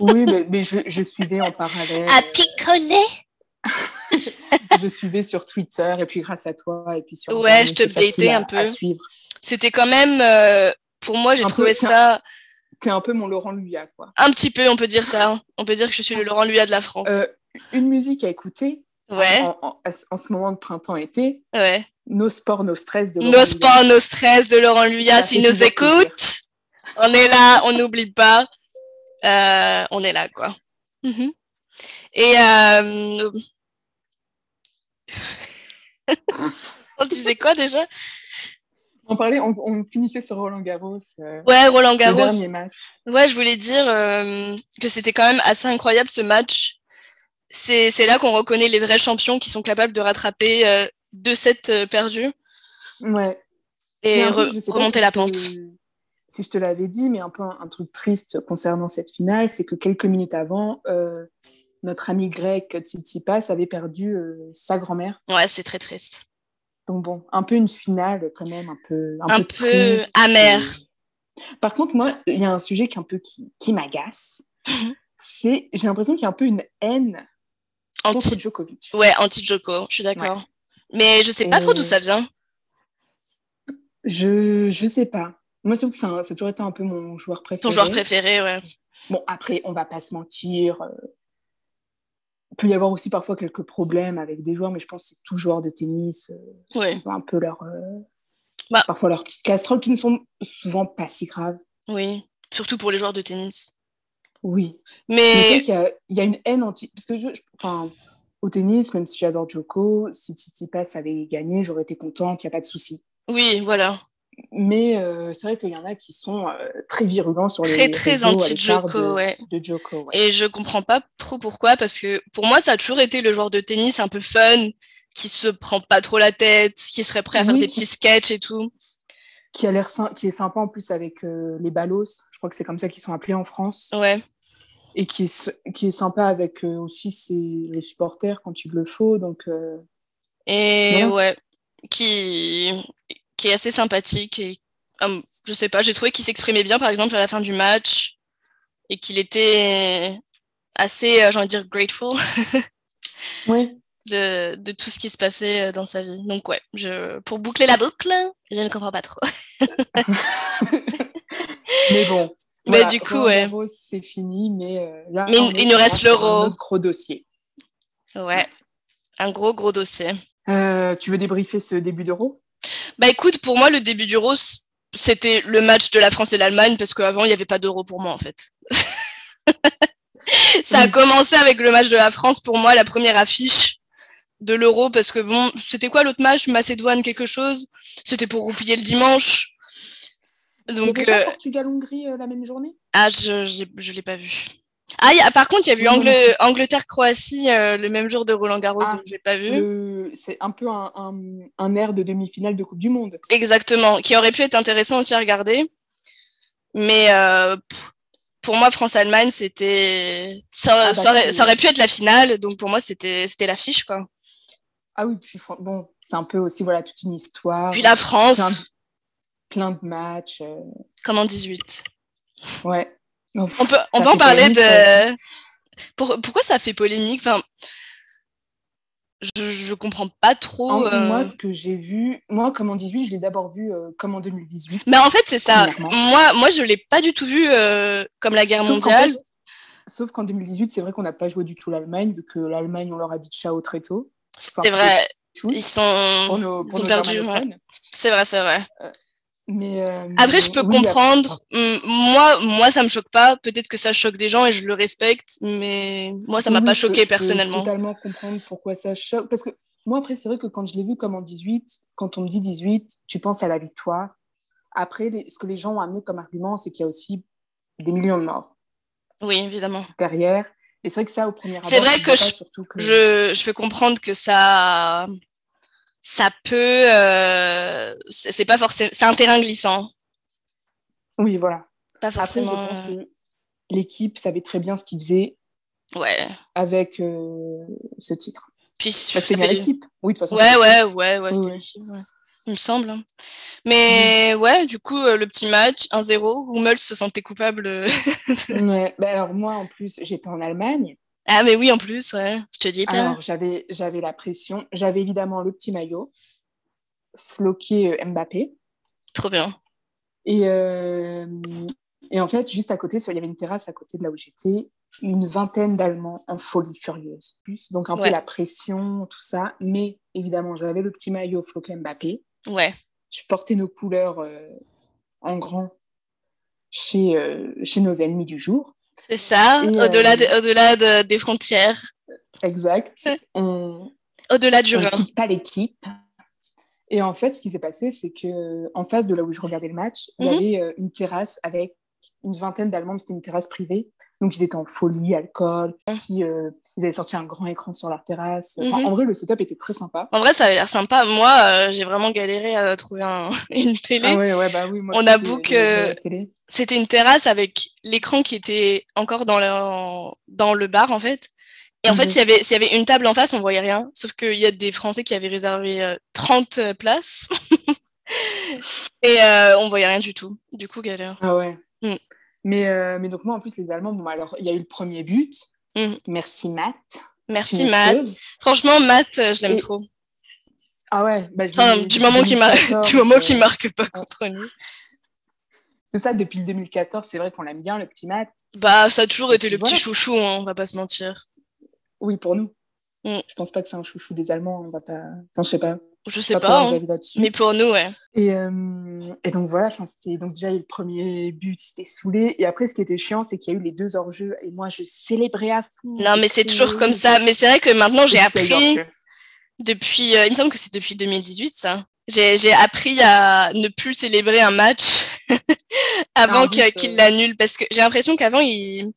[SPEAKER 1] Oui, mais, mais je, je suivais en parallèle.
[SPEAKER 2] Ah. picoler
[SPEAKER 1] je suivais sur Twitter et puis grâce à toi et puis sur
[SPEAKER 2] Ouais,
[SPEAKER 1] Instagram,
[SPEAKER 2] je
[SPEAKER 1] c'est
[SPEAKER 2] t'updatais
[SPEAKER 1] facile à-
[SPEAKER 2] un peu.
[SPEAKER 1] à suivre.
[SPEAKER 2] C'était quand même, euh, pour moi, j'ai
[SPEAKER 1] Un peu,
[SPEAKER 2] trouvé
[SPEAKER 1] c'est
[SPEAKER 2] ça
[SPEAKER 1] T'es un peu mon Laurent Luya quoi.
[SPEAKER 2] un petit peu, on peut dire ça. hein. On peut dire que je suis le Laurent Luya de la France.
[SPEAKER 1] Ah. Euh, une musique à écouter
[SPEAKER 2] ouais,
[SPEAKER 1] en, en- en ce moment de printemps-été,
[SPEAKER 2] ouais.
[SPEAKER 1] nos sports, nos stress de Laurent
[SPEAKER 2] Nos
[SPEAKER 1] Luya.
[SPEAKER 2] sports, nos stress de Laurent Luya,
[SPEAKER 1] Ça
[SPEAKER 2] s'il
[SPEAKER 1] fait
[SPEAKER 2] nous
[SPEAKER 1] toujours plaisir.
[SPEAKER 2] écoute, on est là, on n'oublie pas. Euh, on est là, quoi. Mhm. Et euh, on disait quoi déjà
[SPEAKER 1] On parlait, on, on finissait sur Roland Garros, euh,
[SPEAKER 2] Ouais, Roland
[SPEAKER 1] le
[SPEAKER 2] Garros.
[SPEAKER 1] dernier match.
[SPEAKER 2] Ouais, je voulais dire euh, que c'était quand même assez incroyable ce match. C'est c'est là qu'on reconnaît les vrais champions qui sont capables de rattraper euh, deux sets euh, perdus
[SPEAKER 1] Ouais. C'est
[SPEAKER 2] et
[SPEAKER 1] un peu,
[SPEAKER 2] re-
[SPEAKER 1] je sais pas
[SPEAKER 2] remonter
[SPEAKER 1] si
[SPEAKER 2] la
[SPEAKER 1] je
[SPEAKER 2] pente.
[SPEAKER 1] te- Si je te l'avais dit, mais un peu un, un truc triste concernant cette finale, c'est que quelques minutes avant, euh, notre ami grec Tsitsipas avait perdu euh, sa grand-mère.
[SPEAKER 2] Ouais, c'est très triste.
[SPEAKER 1] Donc bon, un peu une finale quand même, un peu un,
[SPEAKER 2] Un
[SPEAKER 1] peu,
[SPEAKER 2] peu
[SPEAKER 1] triste.
[SPEAKER 2] amère.
[SPEAKER 1] Par contre, moi, il y a un sujet qui est un peu qui, qui m'agace.
[SPEAKER 2] Mhm.
[SPEAKER 1] c'est j'ai l'impression qu'il y a un peu une haine contre
[SPEAKER 2] Anti,
[SPEAKER 1] Djokovic.
[SPEAKER 2] ouais, anti-Joko, je suis d'accord. Mais je sais pas trop d'où
[SPEAKER 1] Et-
[SPEAKER 2] ça vient.
[SPEAKER 1] Je je sais pas. Moi, je trouve que c'est un- ça a toujours été un peu mon joueur préféré.
[SPEAKER 2] Ton joueur préféré, ouais.
[SPEAKER 1] Bon, après, on va pas se mentir. euh, Il peut y avoir aussi parfois quelques problèmes avec des joueurs, mais je pense que c'est tout joueur de tennis. euh,
[SPEAKER 2] Ouais.
[SPEAKER 1] Ils ont un peu leur. euh,
[SPEAKER 2] Bah.
[SPEAKER 1] Parfois leurs petites casseroles qui ne sont souvent pas si graves.
[SPEAKER 2] Oui. Surtout pour les joueurs de tennis.
[SPEAKER 1] Oui. Mais c'est vrai
[SPEAKER 2] Mais
[SPEAKER 1] qu'il y a- il y, a une haine anti. Parce que je- je- enfin, au tennis, même si j'adore Djoko, si Tsitsipas avait gagné, j'aurais été contente, il n'y a pas de souci.
[SPEAKER 2] oui, voilà.
[SPEAKER 1] Mais euh, c'est vrai qu'il y en a qui sont euh, très virulents sur les
[SPEAKER 2] Très, très
[SPEAKER 1] réseaux à l'écart
[SPEAKER 2] anti-Joko,
[SPEAKER 1] de,
[SPEAKER 2] ouais.
[SPEAKER 1] de Djoko. ouais.
[SPEAKER 2] Et je comprends pas trop pourquoi, parce que pour moi, ça a toujours été le genre de tennis un peu fun, qui se prend pas trop la tête, qui serait prêt à faire
[SPEAKER 1] Oui,
[SPEAKER 2] des
[SPEAKER 1] qui-
[SPEAKER 2] petits sketchs et tout.
[SPEAKER 1] Qui, a l'air sy- qui est sympa en plus avec euh, les ballos, je crois que c'est comme ça qu'ils sont appelés en France,
[SPEAKER 2] Ouais,
[SPEAKER 1] et qui est, sy- qui est sympa avec euh, aussi ses- les supporters quand il le faut. Donc, euh,
[SPEAKER 2] et
[SPEAKER 1] Ouais.
[SPEAKER 2] ouais, qui, qui est assez sympathique. Et hum, je sais pas, j'ai trouvé qu'il s'exprimait bien, par exemple, à la fin du match, et qu'il était assez, euh, j'ai envie de dire, grateful
[SPEAKER 1] ouais.
[SPEAKER 2] de, de tout ce qui se passait euh, dans sa vie. Donc, ouais, je, pour boucler la boucle, je ne comprends pas trop.
[SPEAKER 1] Mais bon.
[SPEAKER 2] Mais
[SPEAKER 1] voilà,
[SPEAKER 2] du coup,
[SPEAKER 1] Roland
[SPEAKER 2] ouais.
[SPEAKER 1] Garros, c'est fini, mais euh, là,
[SPEAKER 2] Mais
[SPEAKER 1] on
[SPEAKER 2] il
[SPEAKER 1] est
[SPEAKER 2] nous reste
[SPEAKER 1] sur un
[SPEAKER 2] l'Euro.
[SPEAKER 1] autre gros dossier.
[SPEAKER 2] Ouais, un gros, gros dossier.
[SPEAKER 1] Euh, tu veux débriefer ce début d'Euro
[SPEAKER 2] Bah écoute, pour moi, le début du Rose, c'était le match de la France et l'Allemagne, parce qu'avant, il n'y avait pas d'euro pour moi, en fait. Ça a
[SPEAKER 1] Oui.
[SPEAKER 2] commencé avec le match de la France, pour moi, la première affiche de l'euro, parce que bon, c'était quoi l'autre match Macédoine, quelque chose C'était pour roupiller le dimanche.
[SPEAKER 1] Il y
[SPEAKER 2] Donc,
[SPEAKER 1] avait pas
[SPEAKER 2] euh,
[SPEAKER 1] Portugal-Hongrie euh, la même journée
[SPEAKER 2] ah, je j'ai- je l'ai pas vu. Ah, il y a- par contre, il y a eu
[SPEAKER 1] Oui, moi non
[SPEAKER 2] Angle- Angleterre-Croatie euh, le même jour de Roland Garros,
[SPEAKER 1] Ah,
[SPEAKER 2] donc je l'ai pas vu.
[SPEAKER 1] le, le, c'est un peu un, un, un air de demi-finale de Coupe du Monde.
[SPEAKER 2] Exactement, qui aurait pu être intéressant aussi à regarder. Mais euh, pff, pour moi, France-Allemagne, c'était. Ça,
[SPEAKER 1] Ah bah,
[SPEAKER 2] ça aurait,
[SPEAKER 1] c'est-
[SPEAKER 2] ça aurait pu être la finale, donc pour moi, c'était c'était l'affiche, quoi.
[SPEAKER 1] Ah oui, puis fran- bon, c'est un peu aussi voilà toute une histoire,
[SPEAKER 2] Puis la France,
[SPEAKER 1] plein, de, plein de matchs. euh,
[SPEAKER 2] comme en 18.
[SPEAKER 1] ouais. Non, pff,
[SPEAKER 2] On peut, on
[SPEAKER 1] Ça
[SPEAKER 2] peut en
[SPEAKER 1] fait
[SPEAKER 2] parler
[SPEAKER 1] polémique, ça
[SPEAKER 2] de. Pour- pourquoi ça fait polémique enfin, je, je comprends pas trop.
[SPEAKER 1] en-
[SPEAKER 2] euh,
[SPEAKER 1] Moi, ce que j'ai vu, moi, comme en 18, je l'ai d'abord vu euh, comme en 2018.
[SPEAKER 2] Mais en fait, c'est ça.
[SPEAKER 1] Premièrement.
[SPEAKER 2] Moi, moi je l'ai pas du tout vu euh, comme la guerre
[SPEAKER 1] Sauf qu'en
[SPEAKER 2] mondiale.
[SPEAKER 1] fait- sauf qu'en 2018, c'est vrai qu'on n'a pas joué du tout l'Allemagne, vu que l'Allemagne, on leur a dit ciao très tôt. Enfin,
[SPEAKER 2] C'est vrai,
[SPEAKER 1] tchou,
[SPEAKER 2] ils sont.
[SPEAKER 1] Pour nos,
[SPEAKER 2] ils
[SPEAKER 1] pour
[SPEAKER 2] ont
[SPEAKER 1] nos
[SPEAKER 2] perdu,
[SPEAKER 1] germanophones.
[SPEAKER 2] C'est vrai, c'est vrai.
[SPEAKER 1] Mais, euh,
[SPEAKER 2] Après, je peux
[SPEAKER 1] oui,
[SPEAKER 2] comprendre. Hum, Moi, moi, ça me choque pas. Peut-être que ça choque des gens et je le respecte, mais moi, ça m'a
[SPEAKER 1] Oui,
[SPEAKER 2] pas
[SPEAKER 1] je peux-
[SPEAKER 2] choqué
[SPEAKER 1] je peux
[SPEAKER 2] personnellement.
[SPEAKER 1] totalement comprendre pourquoi ça choque. Parce que moi, après, c'est vrai que quand je l'ai vu comme en 18, quand on me dit 18, tu penses à la victoire. Après, les- ce que les gens ont amené comme argument, c'est qu'il y a aussi des millions de morts
[SPEAKER 2] Oui, évidemment.
[SPEAKER 1] derrière. Et c'est vrai que ça, au premier abord,
[SPEAKER 2] C'est vrai
[SPEAKER 1] tu
[SPEAKER 2] que
[SPEAKER 1] vois pas,
[SPEAKER 2] je-
[SPEAKER 1] surtout que-
[SPEAKER 2] Je, je peux comprendre que ça, ça peut, euh, c'est c'est pas forcément, c'est un terrain glissant,
[SPEAKER 1] Oui, voilà.
[SPEAKER 2] pas
[SPEAKER 1] Après, je
[SPEAKER 2] forcément.
[SPEAKER 1] pense que l'équipe savait très bien ce qu'il faisait
[SPEAKER 2] euh, Ouais.
[SPEAKER 1] avec euh, ce titre.
[SPEAKER 2] Puis je
[SPEAKER 1] Parce que c'était bien
[SPEAKER 2] fais-
[SPEAKER 1] l'équipe. Oui, de toute façon.
[SPEAKER 2] Ouais, ouais, ouais, ouais, c'était
[SPEAKER 1] Ouais.
[SPEAKER 2] l'équipe, ouais. Il me semble. hein. Mais ouais, du coup, euh, le petit match, 1-0, Hummels se sentait coupable. euh.
[SPEAKER 1] Ouais. Bah, alors, moi, en plus, j'étais en Allemagne.
[SPEAKER 2] Ah, mais oui, en plus, ouais, je te dis pas.
[SPEAKER 1] Alors, j'avais, j'avais la pression. J'avais évidemment le petit maillot, floqué euh, Mbappé.
[SPEAKER 2] Trop bien.
[SPEAKER 1] Et, euh, et en fait, juste à côté, sur- il y avait une terrasse à côté de là où j'étais, une vingtaine d'Allemands en folie furieuse. Donc, un
[SPEAKER 2] Ouais.
[SPEAKER 1] peu la pression, tout ça. Mais évidemment, j'avais le petit maillot floqué Mbappé.
[SPEAKER 2] Ouais,
[SPEAKER 1] Je portais nos couleurs euh, en grand chez, euh, chez nos ennemis du jour.
[SPEAKER 2] c'est ça,
[SPEAKER 1] Et, euh,
[SPEAKER 2] au-delà de- au-delà de- des frontières,
[SPEAKER 1] Exact. On,
[SPEAKER 2] au-delà du
[SPEAKER 1] on
[SPEAKER 2] Rhin.
[SPEAKER 1] quitte pas l'équipe. Et en fait, ce qui s'est passé, c'est que euh, en face de là où je regardais le match, il
[SPEAKER 2] Mhm.
[SPEAKER 1] y avait euh, une terrasse avec une vingtaine d'Allemands, mais c'était une terrasse privée. Donc ils étaient en folie, alcool. Puis, euh, ils avaient sorti un grand écran sur leur terrasse. Enfin,
[SPEAKER 2] Mhm.
[SPEAKER 1] En vrai, le setup était très sympa.
[SPEAKER 2] En vrai, ça avait l'air sympa. Moi, euh, j'ai vraiment galéré à trouver un- une télé.
[SPEAKER 1] Ah ouais, ouais, bah oui, moi,
[SPEAKER 2] On
[SPEAKER 1] je
[SPEAKER 2] a
[SPEAKER 1] trouve
[SPEAKER 2] book,
[SPEAKER 1] les- les
[SPEAKER 2] euh,
[SPEAKER 1] la télé.
[SPEAKER 2] C'était une terrasse avec l'écran qui était encore dans le, en- dans le bar, en fait. Et en fait,
[SPEAKER 1] Mhm.
[SPEAKER 2] s'il y, avait, s'il y avait une table en face, on voyait rien. Sauf qu'il y a des Français qui avaient réservé euh, 30 euh, places. Et euh, on voyait rien du tout. Du coup, galère.
[SPEAKER 1] Ah ouais.
[SPEAKER 2] Mm.
[SPEAKER 1] Mais, euh, mais donc moi, en plus, les Allemands, bon, bah, alors, il y a eu le premier but.
[SPEAKER 2] Mhm.
[SPEAKER 1] Merci, Matt. Tu
[SPEAKER 2] Merci,
[SPEAKER 1] nous
[SPEAKER 2] Matt.
[SPEAKER 1] sauves.
[SPEAKER 2] Franchement, Matt, euh, je l'aime
[SPEAKER 1] Et-
[SPEAKER 2] trop.
[SPEAKER 1] Ah ouais, bah, je
[SPEAKER 2] Enfin,
[SPEAKER 1] l'ai-
[SPEAKER 2] du moment qu'il mar-
[SPEAKER 1] 2014,
[SPEAKER 2] du moment qu'il
[SPEAKER 1] euh,
[SPEAKER 2] marque pas contre nous.
[SPEAKER 1] C'est ça, depuis le 2014, c'est vrai qu'on l'aime bien, le petit Matt.
[SPEAKER 2] Bah, ça a toujours
[SPEAKER 1] Et
[SPEAKER 2] été
[SPEAKER 1] puis
[SPEAKER 2] le petit
[SPEAKER 1] voilà.
[SPEAKER 2] chouchou, hein, on va pas se mentir.
[SPEAKER 1] Oui, pour nous.
[SPEAKER 2] Mm.
[SPEAKER 1] Je pense pas que c'est un chouchou des Allemands. On va pas. Enfin, je sais pas.
[SPEAKER 2] Je
[SPEAKER 1] Je
[SPEAKER 2] sais
[SPEAKER 1] sais
[SPEAKER 2] pas,
[SPEAKER 1] pas.
[SPEAKER 2] hein.
[SPEAKER 1] là-dessus.
[SPEAKER 2] mais pour nous, ouais.
[SPEAKER 1] Et, euh, et donc voilà. Enfin, c'était donc déjà le premier but, c'était saoulé. Et après, ce qui était chiant, c'est qu'il y a eu les deux hors-jeux. Et moi, je célébrais à fond.
[SPEAKER 2] Non, mais c'est toujours comme ça. Mais c'est vrai que maintenant, j'ai appris depuis. euh, il me semble que c'est depuis 2018, ça. J'ai j'ai appris à ne plus célébrer un match avant
[SPEAKER 1] Ah, oui,
[SPEAKER 2] que-
[SPEAKER 1] c'est-
[SPEAKER 2] qu'il l'annule. Parce que j'ai l'impression qu'avant, il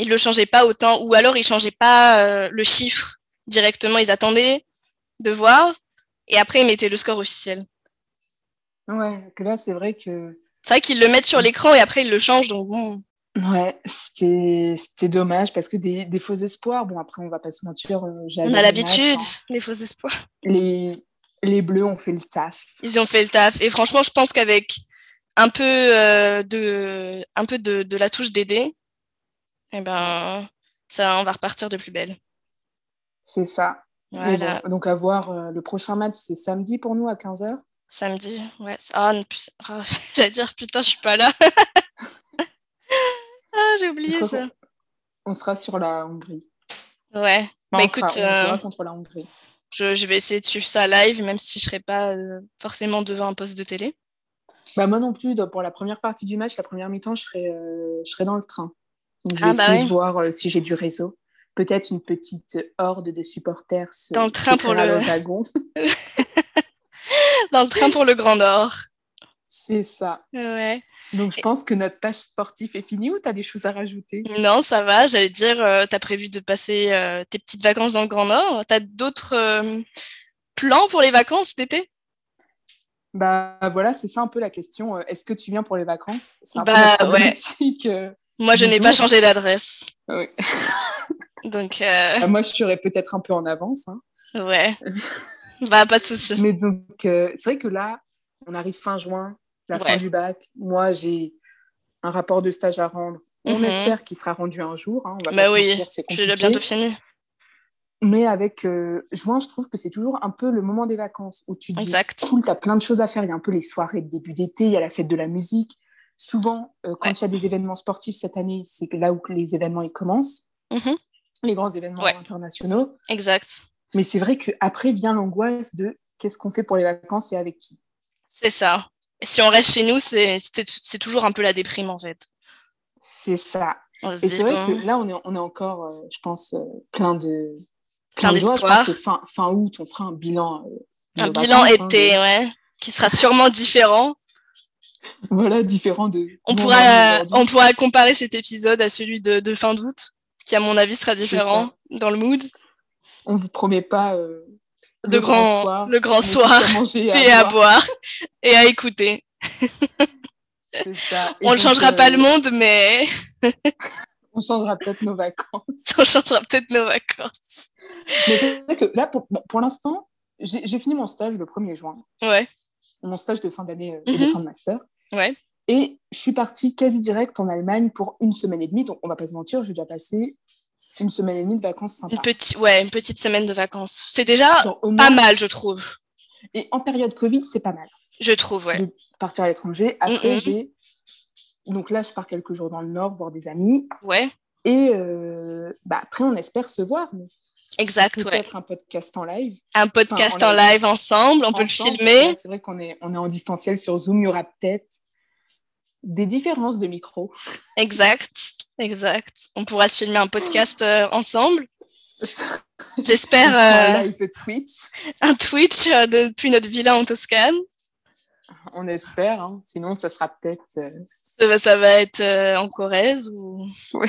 [SPEAKER 2] ne le changeait pas autant. Ou alors, il ne changeait pas euh, le chiffre directement. Ils attendaient de voir. Et après, ils mettaient le score officiel.
[SPEAKER 1] Ouais. Que là, c'est vrai que.
[SPEAKER 2] C'est vrai qu'ils le mettent
[SPEAKER 1] Mm.
[SPEAKER 2] sur l'écran et après, ils le changent. Donc, bon.
[SPEAKER 1] Ouais, c'était c'était dommage parce que des, des faux espoirs. Bon, après, on va pas se mentir. euh, j'avais
[SPEAKER 2] On
[SPEAKER 1] le
[SPEAKER 2] a
[SPEAKER 1] match,
[SPEAKER 2] l'habitude,
[SPEAKER 1] hein.
[SPEAKER 2] les faux espoirs.
[SPEAKER 1] Les les Bleus ont fait le taf.
[SPEAKER 2] Ils ont fait le taf. Et franchement, je pense qu'avec un peu, euh, de, un peu de, de la touche d'aider, eh ben, ça, on va repartir de plus belle.
[SPEAKER 1] C'est ça. Mais
[SPEAKER 2] Voilà,
[SPEAKER 1] bon, donc, à voir. euh, le prochain match, c'est samedi pour nous à 15h.
[SPEAKER 2] samedi. Ouais. c'est- Ah, non, putain. Ah, j'allais dire, putain, je suis pas là. ah, j'ai oublié
[SPEAKER 1] Parce que-
[SPEAKER 2] ça.
[SPEAKER 1] On sera sur la Hongrie.
[SPEAKER 2] Ouais,
[SPEAKER 1] Enfin, on
[SPEAKER 2] Bah,
[SPEAKER 1] sera-
[SPEAKER 2] écoute,
[SPEAKER 1] on jouera
[SPEAKER 2] euh,
[SPEAKER 1] contre la Hongrie.
[SPEAKER 2] je, je vais essayer de suivre ça live, même si je serai pas euh, forcément devant un poste de télé.
[SPEAKER 1] Bah, moi non plus, donc, pour la première partie du match, la première mi-temps, je serai, euh, je serai dans le train. Donc, je vais
[SPEAKER 2] Ah, bah
[SPEAKER 1] essayer
[SPEAKER 2] ouais.
[SPEAKER 1] de voir euh, si j'ai du réseau. Peut-être une petite horde de supporters se,
[SPEAKER 2] Dans le
[SPEAKER 1] se
[SPEAKER 2] train pour
[SPEAKER 1] créera
[SPEAKER 2] le-
[SPEAKER 1] le wagon.
[SPEAKER 2] Dans le train pour le Grand Nord.
[SPEAKER 1] C'est ça.
[SPEAKER 2] Ouais.
[SPEAKER 1] Donc, je pense que notre page sportive est finie ou tu as des choses à rajouter
[SPEAKER 2] Non, ça va, j'allais dire, euh, t'as prévu de passer euh, tes petites vacances dans le Grand Nord. T'as d'autres euh, plan pour les vacances d'été
[SPEAKER 1] Bah voilà, c'est ça un peu la question. Euh, Est-ce que tu viens pour les vacances C'est un peu
[SPEAKER 2] Bah,
[SPEAKER 1] la
[SPEAKER 2] ouais.
[SPEAKER 1] problématique, euh,
[SPEAKER 2] Moi, je n'ai
[SPEAKER 1] Dis
[SPEAKER 2] pas
[SPEAKER 1] donc.
[SPEAKER 2] changé d'adresse.
[SPEAKER 1] Ah oui.
[SPEAKER 2] Donc, euh,
[SPEAKER 1] Ah, moi, je serais peut-être un peu en avance. hein.
[SPEAKER 2] ouais. bah, pas de souci.
[SPEAKER 1] Mais donc, euh, c'est vrai que là, on arrive fin juin, la fin
[SPEAKER 2] Ouais.
[SPEAKER 1] du bac. Moi, j'ai un rapport de stage à rendre. On
[SPEAKER 2] Mhm.
[SPEAKER 1] espère qu'il sera rendu un jour. hein, on va
[SPEAKER 2] Bah
[SPEAKER 1] pas se
[SPEAKER 2] oui,
[SPEAKER 1] mentir, c'est
[SPEAKER 2] Je l'ai
[SPEAKER 1] compliqué.
[SPEAKER 2] bientôt fini.
[SPEAKER 1] Mais avec euh, juin, je trouve que c'est toujours un peu le moment des vacances où tu te dis
[SPEAKER 2] Exact.
[SPEAKER 1] cool, t'as plein de choses à faire. Il y a un peu les soirées de début d'été, il y a la fête de la musique. Souvent, euh, quand
[SPEAKER 2] Ouais.
[SPEAKER 1] il y a des événements sportifs cette année, c'est là où les événements ils commencent,
[SPEAKER 2] Mhm,
[SPEAKER 1] les grands événements
[SPEAKER 2] Ouais.
[SPEAKER 1] internationaux.
[SPEAKER 2] Exact.
[SPEAKER 1] Mais c'est vrai qu'après vient l'angoisse de qu'est-ce qu'on fait pour les vacances et avec qui.
[SPEAKER 2] C'est ça. Et si on reste chez nous, c'est c'est- c'est toujours un peu la déprime, en fait.
[SPEAKER 1] C'est ça.
[SPEAKER 2] On se
[SPEAKER 1] Et
[SPEAKER 2] dit,
[SPEAKER 1] c'est vrai
[SPEAKER 2] bon,
[SPEAKER 1] que là, on est, on est encore, euh, je pense, euh, plein de.
[SPEAKER 2] Plein
[SPEAKER 1] de joie. Je
[SPEAKER 2] d'espoir.
[SPEAKER 1] pense que fin, fin août, on fera un bilan. euh, de
[SPEAKER 2] un
[SPEAKER 1] nos
[SPEAKER 2] bilan
[SPEAKER 1] vacances, hein,
[SPEAKER 2] été, ouais, qui sera sûrement différent.
[SPEAKER 1] de- voilà, différent de.
[SPEAKER 2] On
[SPEAKER 1] où
[SPEAKER 2] pourra, euh,
[SPEAKER 1] en est aujourd'hui.
[SPEAKER 2] on pourra comparer cet épisode à celui de, de fin d'août, qui, à mon avis, sera
[SPEAKER 1] C'est
[SPEAKER 2] différent dans le mood.
[SPEAKER 1] On vous promet pas. euh,
[SPEAKER 2] De
[SPEAKER 1] le
[SPEAKER 2] grand,
[SPEAKER 1] soir,
[SPEAKER 2] le grand
[SPEAKER 1] mais c'est
[SPEAKER 2] soir,
[SPEAKER 1] à manger et
[SPEAKER 2] et
[SPEAKER 1] à
[SPEAKER 2] à
[SPEAKER 1] boire,
[SPEAKER 2] boire et à écouter.
[SPEAKER 1] c'est ça. Et
[SPEAKER 2] On ne
[SPEAKER 1] donc,
[SPEAKER 2] changera
[SPEAKER 1] euh,
[SPEAKER 2] pas le monde, mais
[SPEAKER 1] On changera peut-être nos vacances.
[SPEAKER 2] on changera peut-être nos vacances.
[SPEAKER 1] Mais c'est vrai que là, pour, bon, pour l'instant, j'ai j'ai fini mon stage le 1er juin,
[SPEAKER 2] Ouais,
[SPEAKER 1] mon stage de fin d'année euh, et de
[SPEAKER 2] Mhm.
[SPEAKER 1] fin de master.
[SPEAKER 2] ouais,
[SPEAKER 1] Et je suis partie quasi direct en Allemagne pour une semaine et demie. Donc, on va pas se mentir, j'ai déjà passé une semaine et demie de vacances sympa.
[SPEAKER 2] une petite, ouais, une petite semaine de vacances. C'est déjà
[SPEAKER 1] Genre, au moins-
[SPEAKER 2] pas mal, je trouve.
[SPEAKER 1] Et en période Covid, c'est pas mal.
[SPEAKER 2] Je trouve, ouais.
[SPEAKER 1] Partir à l'étranger. Après,
[SPEAKER 2] Mhm.
[SPEAKER 1] j'ai. Donc là, je pars quelques jours dans le Nord, voir des amis.
[SPEAKER 2] Ouais,
[SPEAKER 1] Et euh, bah, après, on espère se voir. mais
[SPEAKER 2] exact, ouais.
[SPEAKER 1] Peut-être un podcast en live.
[SPEAKER 2] Un podcast
[SPEAKER 1] Enfin, on
[SPEAKER 2] en
[SPEAKER 1] l'a-
[SPEAKER 2] live ensemble, on peut le
[SPEAKER 1] ensemble.
[SPEAKER 2] filmer.
[SPEAKER 1] Ouais, C'est vrai qu'on est, on est en distanciel sur Zoom. Il y aura peut-être des différences de micro.
[SPEAKER 2] Exact, exact. On pourra se filmer un podcast euh, ensemble. J'espère
[SPEAKER 1] Un
[SPEAKER 2] euh,
[SPEAKER 1] live Twitch,
[SPEAKER 2] un Twitch euh, depuis notre villa en Toscane.
[SPEAKER 1] on espère. hein. Sinon, ça sera peut-être. euh,
[SPEAKER 2] Ça va- ça va être euh, en Corrèze ou.
[SPEAKER 1] Ouais.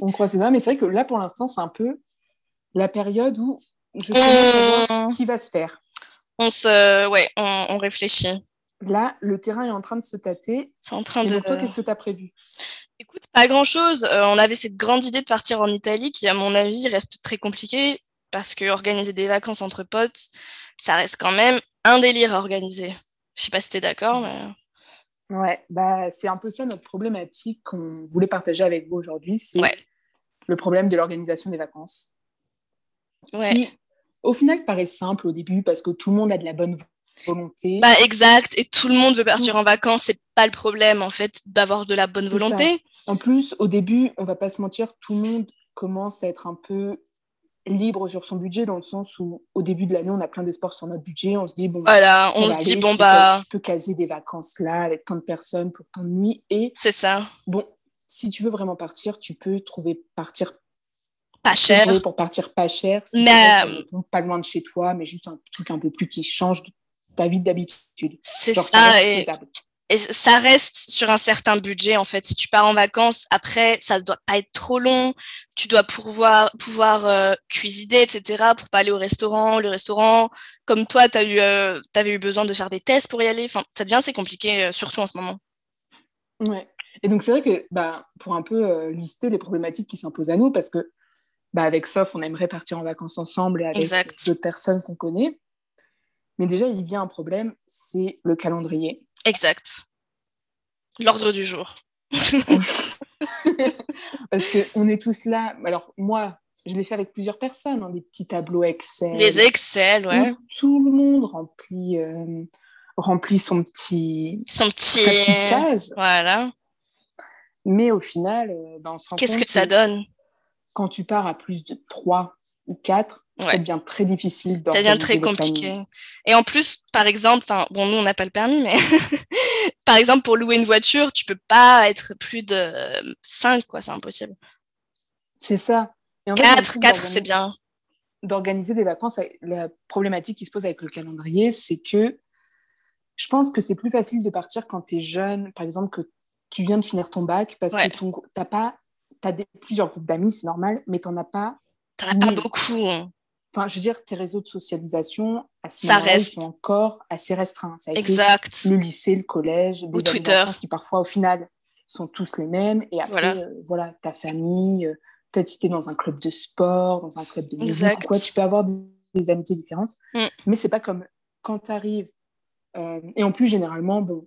[SPEAKER 1] on croise les doigts, mais c'est vrai que là, pour l'instant, c'est un peu la période où je commence
[SPEAKER 2] Euh.
[SPEAKER 1] à voir ce qui va se faire.
[SPEAKER 2] on se, ouais, on, on réfléchit.
[SPEAKER 1] Là, le terrain est en train de se tâter.
[SPEAKER 2] C'est en train
[SPEAKER 1] Et
[SPEAKER 2] de.
[SPEAKER 1] donc, toi, qu'est-ce que tu as prévu
[SPEAKER 2] Écoute, pas grand-chose. Euh, on avait cette grande idée de partir en Italie qui, à mon avis, reste très compliquée parce que organiser des vacances entre potes, ça reste quand même un délire à organiser. Je sais pas si t'es d'accord, mais
[SPEAKER 1] Ouais, bah, c'est un peu ça notre problématique qu'on voulait partager avec vous aujourd'hui. C'est
[SPEAKER 2] Ouais.
[SPEAKER 1] le problème de l'organisation des vacances.
[SPEAKER 2] ouais.
[SPEAKER 1] Qui, au final, paraît simple au début parce que tout le monde a de la bonne volonté.
[SPEAKER 2] Bah exact. Et tout le monde veut partir en vacances. C'est pas le problème en fait d'avoir de la bonne
[SPEAKER 1] Mm. C'est
[SPEAKER 2] volonté.
[SPEAKER 1] En plus, au début, on va pas se mentir, tout le monde commence à être un peu libre sur son budget dans le sens où au début de l'année on a plein d'espoir sur notre budget on se dit bon
[SPEAKER 2] Voilà.
[SPEAKER 1] ça
[SPEAKER 2] On
[SPEAKER 1] va
[SPEAKER 2] se
[SPEAKER 1] aller,
[SPEAKER 2] dit
[SPEAKER 1] je
[SPEAKER 2] bon
[SPEAKER 1] peux-
[SPEAKER 2] bah
[SPEAKER 1] je peux caser des vacances là avec tant de personnes pour tant de nuits et
[SPEAKER 2] c'est ça.
[SPEAKER 1] bon si tu veux vraiment partir tu peux trouver partir tu
[SPEAKER 2] Pas
[SPEAKER 1] peux
[SPEAKER 2] cher.
[SPEAKER 1] trouver pour partir pas cher si tu
[SPEAKER 2] Mais- euh,
[SPEAKER 1] restes, mettons, pas loin de chez toi mais juste un truc un peu plus qui change de ta vie d'habitude
[SPEAKER 2] C'est
[SPEAKER 1] genre ça
[SPEAKER 2] ça.
[SPEAKER 1] reste
[SPEAKER 2] Et,
[SPEAKER 1] faisable.
[SPEAKER 2] et ça reste sur un certain budget en fait. Si tu pars en vacances, après, ça doit pas être trop long. Tu dois pouvoir, pouvoir euh, cuisiner, etc. pour pas aller au restaurant. Le restaurant, comme toi, tu eu, euh, avais eu besoin de faire des tests pour y aller. Enfin, ça devient assez compliqué, euh, surtout en ce moment.
[SPEAKER 1] Ouais. Et donc, c'est vrai que bah, pour un peu euh, lister les problématiques qui s'imposent à nous, parce que bah, avec Sof, on aimerait partir en vacances ensemble et avec
[SPEAKER 2] Exact.
[SPEAKER 1] d'autres personnes qu'on connaît. Mais déjà, il vient un problème, c'est le calendrier.
[SPEAKER 2] Exact. L'ordre du jour.
[SPEAKER 1] Parce qu'on est tous là. Alors, moi, je l'ai fait avec plusieurs personnes, hein, des petits tableaux Excel.
[SPEAKER 2] Les Excel,
[SPEAKER 1] où
[SPEAKER 2] ouais.
[SPEAKER 1] Tout le monde remplit, euh, remplit son petit,
[SPEAKER 2] Son petit.
[SPEAKER 1] sa petite case.
[SPEAKER 2] Voilà.
[SPEAKER 1] Mais au final, euh, bah, on se rend
[SPEAKER 2] Qu'est-ce
[SPEAKER 1] compte
[SPEAKER 2] que ça donne
[SPEAKER 1] quand tu pars à plus de 3 ou 4,
[SPEAKER 2] Ouais.
[SPEAKER 1] ça devient très difficile.
[SPEAKER 2] Ça devient
[SPEAKER 1] d'organiser
[SPEAKER 2] très
[SPEAKER 1] les
[SPEAKER 2] compliqué.
[SPEAKER 1] paniers.
[SPEAKER 2] Et en plus, par exemple, enfin, bon, nous, on n'a pas le permis, mais par exemple, pour louer une voiture, tu peux pas être plus de 5, quoi, c'est impossible.
[SPEAKER 1] C'est ça. Et en fait, on
[SPEAKER 2] 4,
[SPEAKER 1] trouve
[SPEAKER 2] 4,
[SPEAKER 1] d'organi-
[SPEAKER 2] c'est bien.
[SPEAKER 1] D'organiser des vacances, la problématique qui se pose avec le calendrier, c'est que je pense que c'est plus facile de partir quand tu es jeune, par exemple, que tu viens de finir ton bac, parce
[SPEAKER 2] Ouais.
[SPEAKER 1] que ton grou- t'as pas. T'as des- plusieurs groupes d'amis, c'est normal, mais t'en as pas
[SPEAKER 2] T'en as pas
[SPEAKER 1] Oui.
[SPEAKER 2] beaucoup. hein.
[SPEAKER 1] Enfin, je veux dire, tes réseaux de socialisation, à ce
[SPEAKER 2] Ça
[SPEAKER 1] moment-là, ils
[SPEAKER 2] reste.
[SPEAKER 1] sont encore assez restreints. Ça a été
[SPEAKER 2] Exact.
[SPEAKER 1] le lycée, le collège, les amis
[SPEAKER 2] Twitter.
[SPEAKER 1] d'enfance qui parfois au final sont tous les mêmes. Et après,
[SPEAKER 2] Voilà.
[SPEAKER 1] voilà, voilà ta famille, euh, peut-être si t'es dans un club de sport, dans un club de musique,
[SPEAKER 2] Exact.
[SPEAKER 1] ou quoi, tu peux avoir des, des amitiés différentes.
[SPEAKER 2] Mm.
[SPEAKER 1] Mais c'est pas comme quand t'arrives. euh, et en plus, généralement, bon,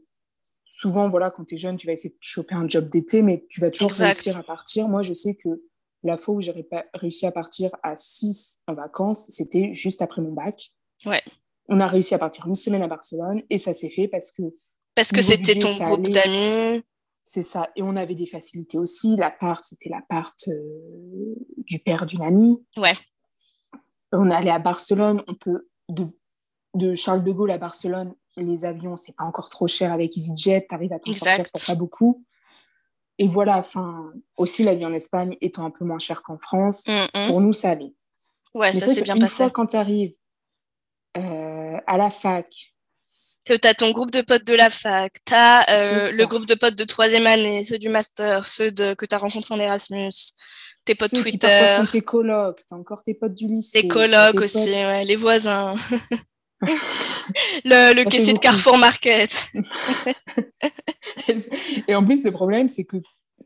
[SPEAKER 1] souvent, voilà, quand t'es jeune, tu vas essayer de choper un job d'été, mais tu vas toujours
[SPEAKER 2] Exact.
[SPEAKER 1] réussir à partir. Moi, je sais que la fois où j'aurais pas réussi à partir à 6 en vacances, c'était juste après mon bac.
[SPEAKER 2] Ouais.
[SPEAKER 1] On a réussi à partir une semaine à Barcelone et ça s'est fait parce que
[SPEAKER 2] Parce que
[SPEAKER 1] niveau
[SPEAKER 2] c'était
[SPEAKER 1] budget,
[SPEAKER 2] ton
[SPEAKER 1] ça
[SPEAKER 2] groupe
[SPEAKER 1] allait.
[SPEAKER 2] d'amis.
[SPEAKER 1] c'est ça. Et on avait des facilités aussi. L'appart, c'était l'appart euh, du père d'une amie.
[SPEAKER 2] Ouais.
[SPEAKER 1] On allait à Barcelone. On peut de, de Charles de Gaulle à Barcelone, les avions, c'est pas encore trop cher avec EasyJet. T'arrives à t'en sortir
[SPEAKER 2] Exact.
[SPEAKER 1] pour pas beaucoup. Et voilà. Enfin, aussi la vie en Espagne étant un peu moins chère qu'en France,
[SPEAKER 2] Hum, hum.
[SPEAKER 1] pour nous ça allait.
[SPEAKER 2] Ouais,
[SPEAKER 1] Mais
[SPEAKER 2] Bah, ça
[SPEAKER 1] c'est
[SPEAKER 2] s'est
[SPEAKER 1] vrai
[SPEAKER 2] bien
[SPEAKER 1] qu'une
[SPEAKER 2] passé.
[SPEAKER 1] fois quand t'arrives euh, à la fac,
[SPEAKER 2] que tu as ton groupe de potes de la fac, tu as
[SPEAKER 1] C'est ça.
[SPEAKER 2] le groupe de potes de troisième année, ceux du master, ceux de, que tu as rencontrés en Erasmus, tes potes
[SPEAKER 1] ceux qui
[SPEAKER 2] Twitter,
[SPEAKER 1] parfois sont tes colocs, t'as encore tes potes du lycée,
[SPEAKER 2] tes
[SPEAKER 1] t'as
[SPEAKER 2] colocs
[SPEAKER 1] tes
[SPEAKER 2] aussi,
[SPEAKER 1] potes-
[SPEAKER 2] ouais, les voisins, le, le
[SPEAKER 1] fait
[SPEAKER 2] caissier de
[SPEAKER 1] beaucoup.
[SPEAKER 2] Carrefour Market.
[SPEAKER 1] Et en plus, le problème, c'est que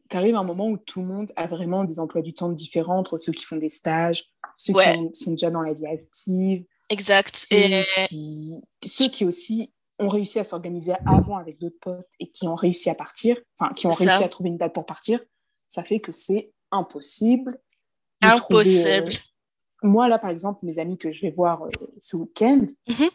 [SPEAKER 1] tu arrives à un moment où tout le monde a vraiment des emplois du temps différents entre ceux qui font des stages, ceux
[SPEAKER 2] Ouais.
[SPEAKER 1] qui ont- sont déjà dans la vie active,
[SPEAKER 2] Exact.
[SPEAKER 1] ceux,
[SPEAKER 2] Et
[SPEAKER 1] qui, ceux qui aussi ont réussi à s'organiser avant avec d'autres potes et qui ont réussi à partir, enfin, qui ont
[SPEAKER 2] C'est ça.
[SPEAKER 1] réussi à trouver une date pour partir. Ça fait que c'est impossible. de trouver, euh,
[SPEAKER 2] impossible.
[SPEAKER 1] moi, là, par exemple, mes amis que je vais voir euh, ce week-end,
[SPEAKER 2] Mhm.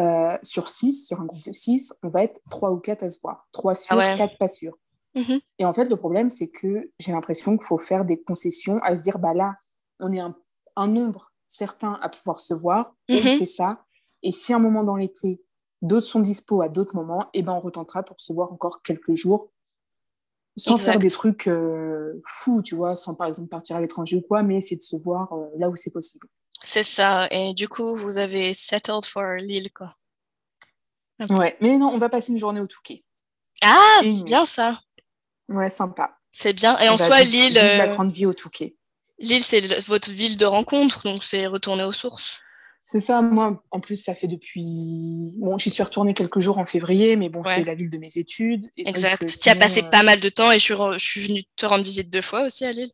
[SPEAKER 1] euh, sur 6, sur un groupe de 6, on va être 3 ou 4 à se voir. 3 sûrs,
[SPEAKER 2] Ah ouais.
[SPEAKER 1] 4 pas sûrs.
[SPEAKER 2] Mhm.
[SPEAKER 1] Et en fait, le problème, c'est que j'ai l'impression qu'il faut faire des concessions à se dire, bah là, on est un, un nombre certain à pouvoir se voir, et
[SPEAKER 2] Mhm.
[SPEAKER 1] on fait ça. Et si à un moment dans l'été, d'autres sont dispo à d'autres moments, et ben on retentera pour se voir encore quelques jours, sans
[SPEAKER 2] Exact.
[SPEAKER 1] faire des trucs euh, fous, tu vois, sans par exemple partir à l'étranger ou quoi, mais essayer de se voir euh, là où c'est possible.
[SPEAKER 2] C'est ça. Et du coup, vous avez settled for Lille, quoi.
[SPEAKER 1] Ouais. Mais non, on va passer une journée au Touquet.
[SPEAKER 2] Ah,
[SPEAKER 1] Et-
[SPEAKER 2] c'est bien ça.
[SPEAKER 1] Ouais, sympa.
[SPEAKER 2] C'est bien. Et
[SPEAKER 1] On
[SPEAKER 2] en
[SPEAKER 1] va
[SPEAKER 2] soi,
[SPEAKER 1] vivre-
[SPEAKER 2] Lille,
[SPEAKER 1] vivre la
[SPEAKER 2] euh,
[SPEAKER 1] grande vie au Touquet.
[SPEAKER 2] Lille, c'est le- votre ville de rencontre, donc c'est retourner aux sources.
[SPEAKER 1] C'est ça, moi, en plus, ça fait depuis. Bon, j'y suis retournée quelques jours en février, mais bon,
[SPEAKER 2] Ouais.
[SPEAKER 1] c'est la ville de mes études. et c'est vrai
[SPEAKER 2] Exact.
[SPEAKER 1] que
[SPEAKER 2] Tu as
[SPEAKER 1] sinon,
[SPEAKER 2] passé
[SPEAKER 1] euh,
[SPEAKER 2] pas mal de temps et je suis, re- je suis venue te rendre visite deux fois aussi à Lille.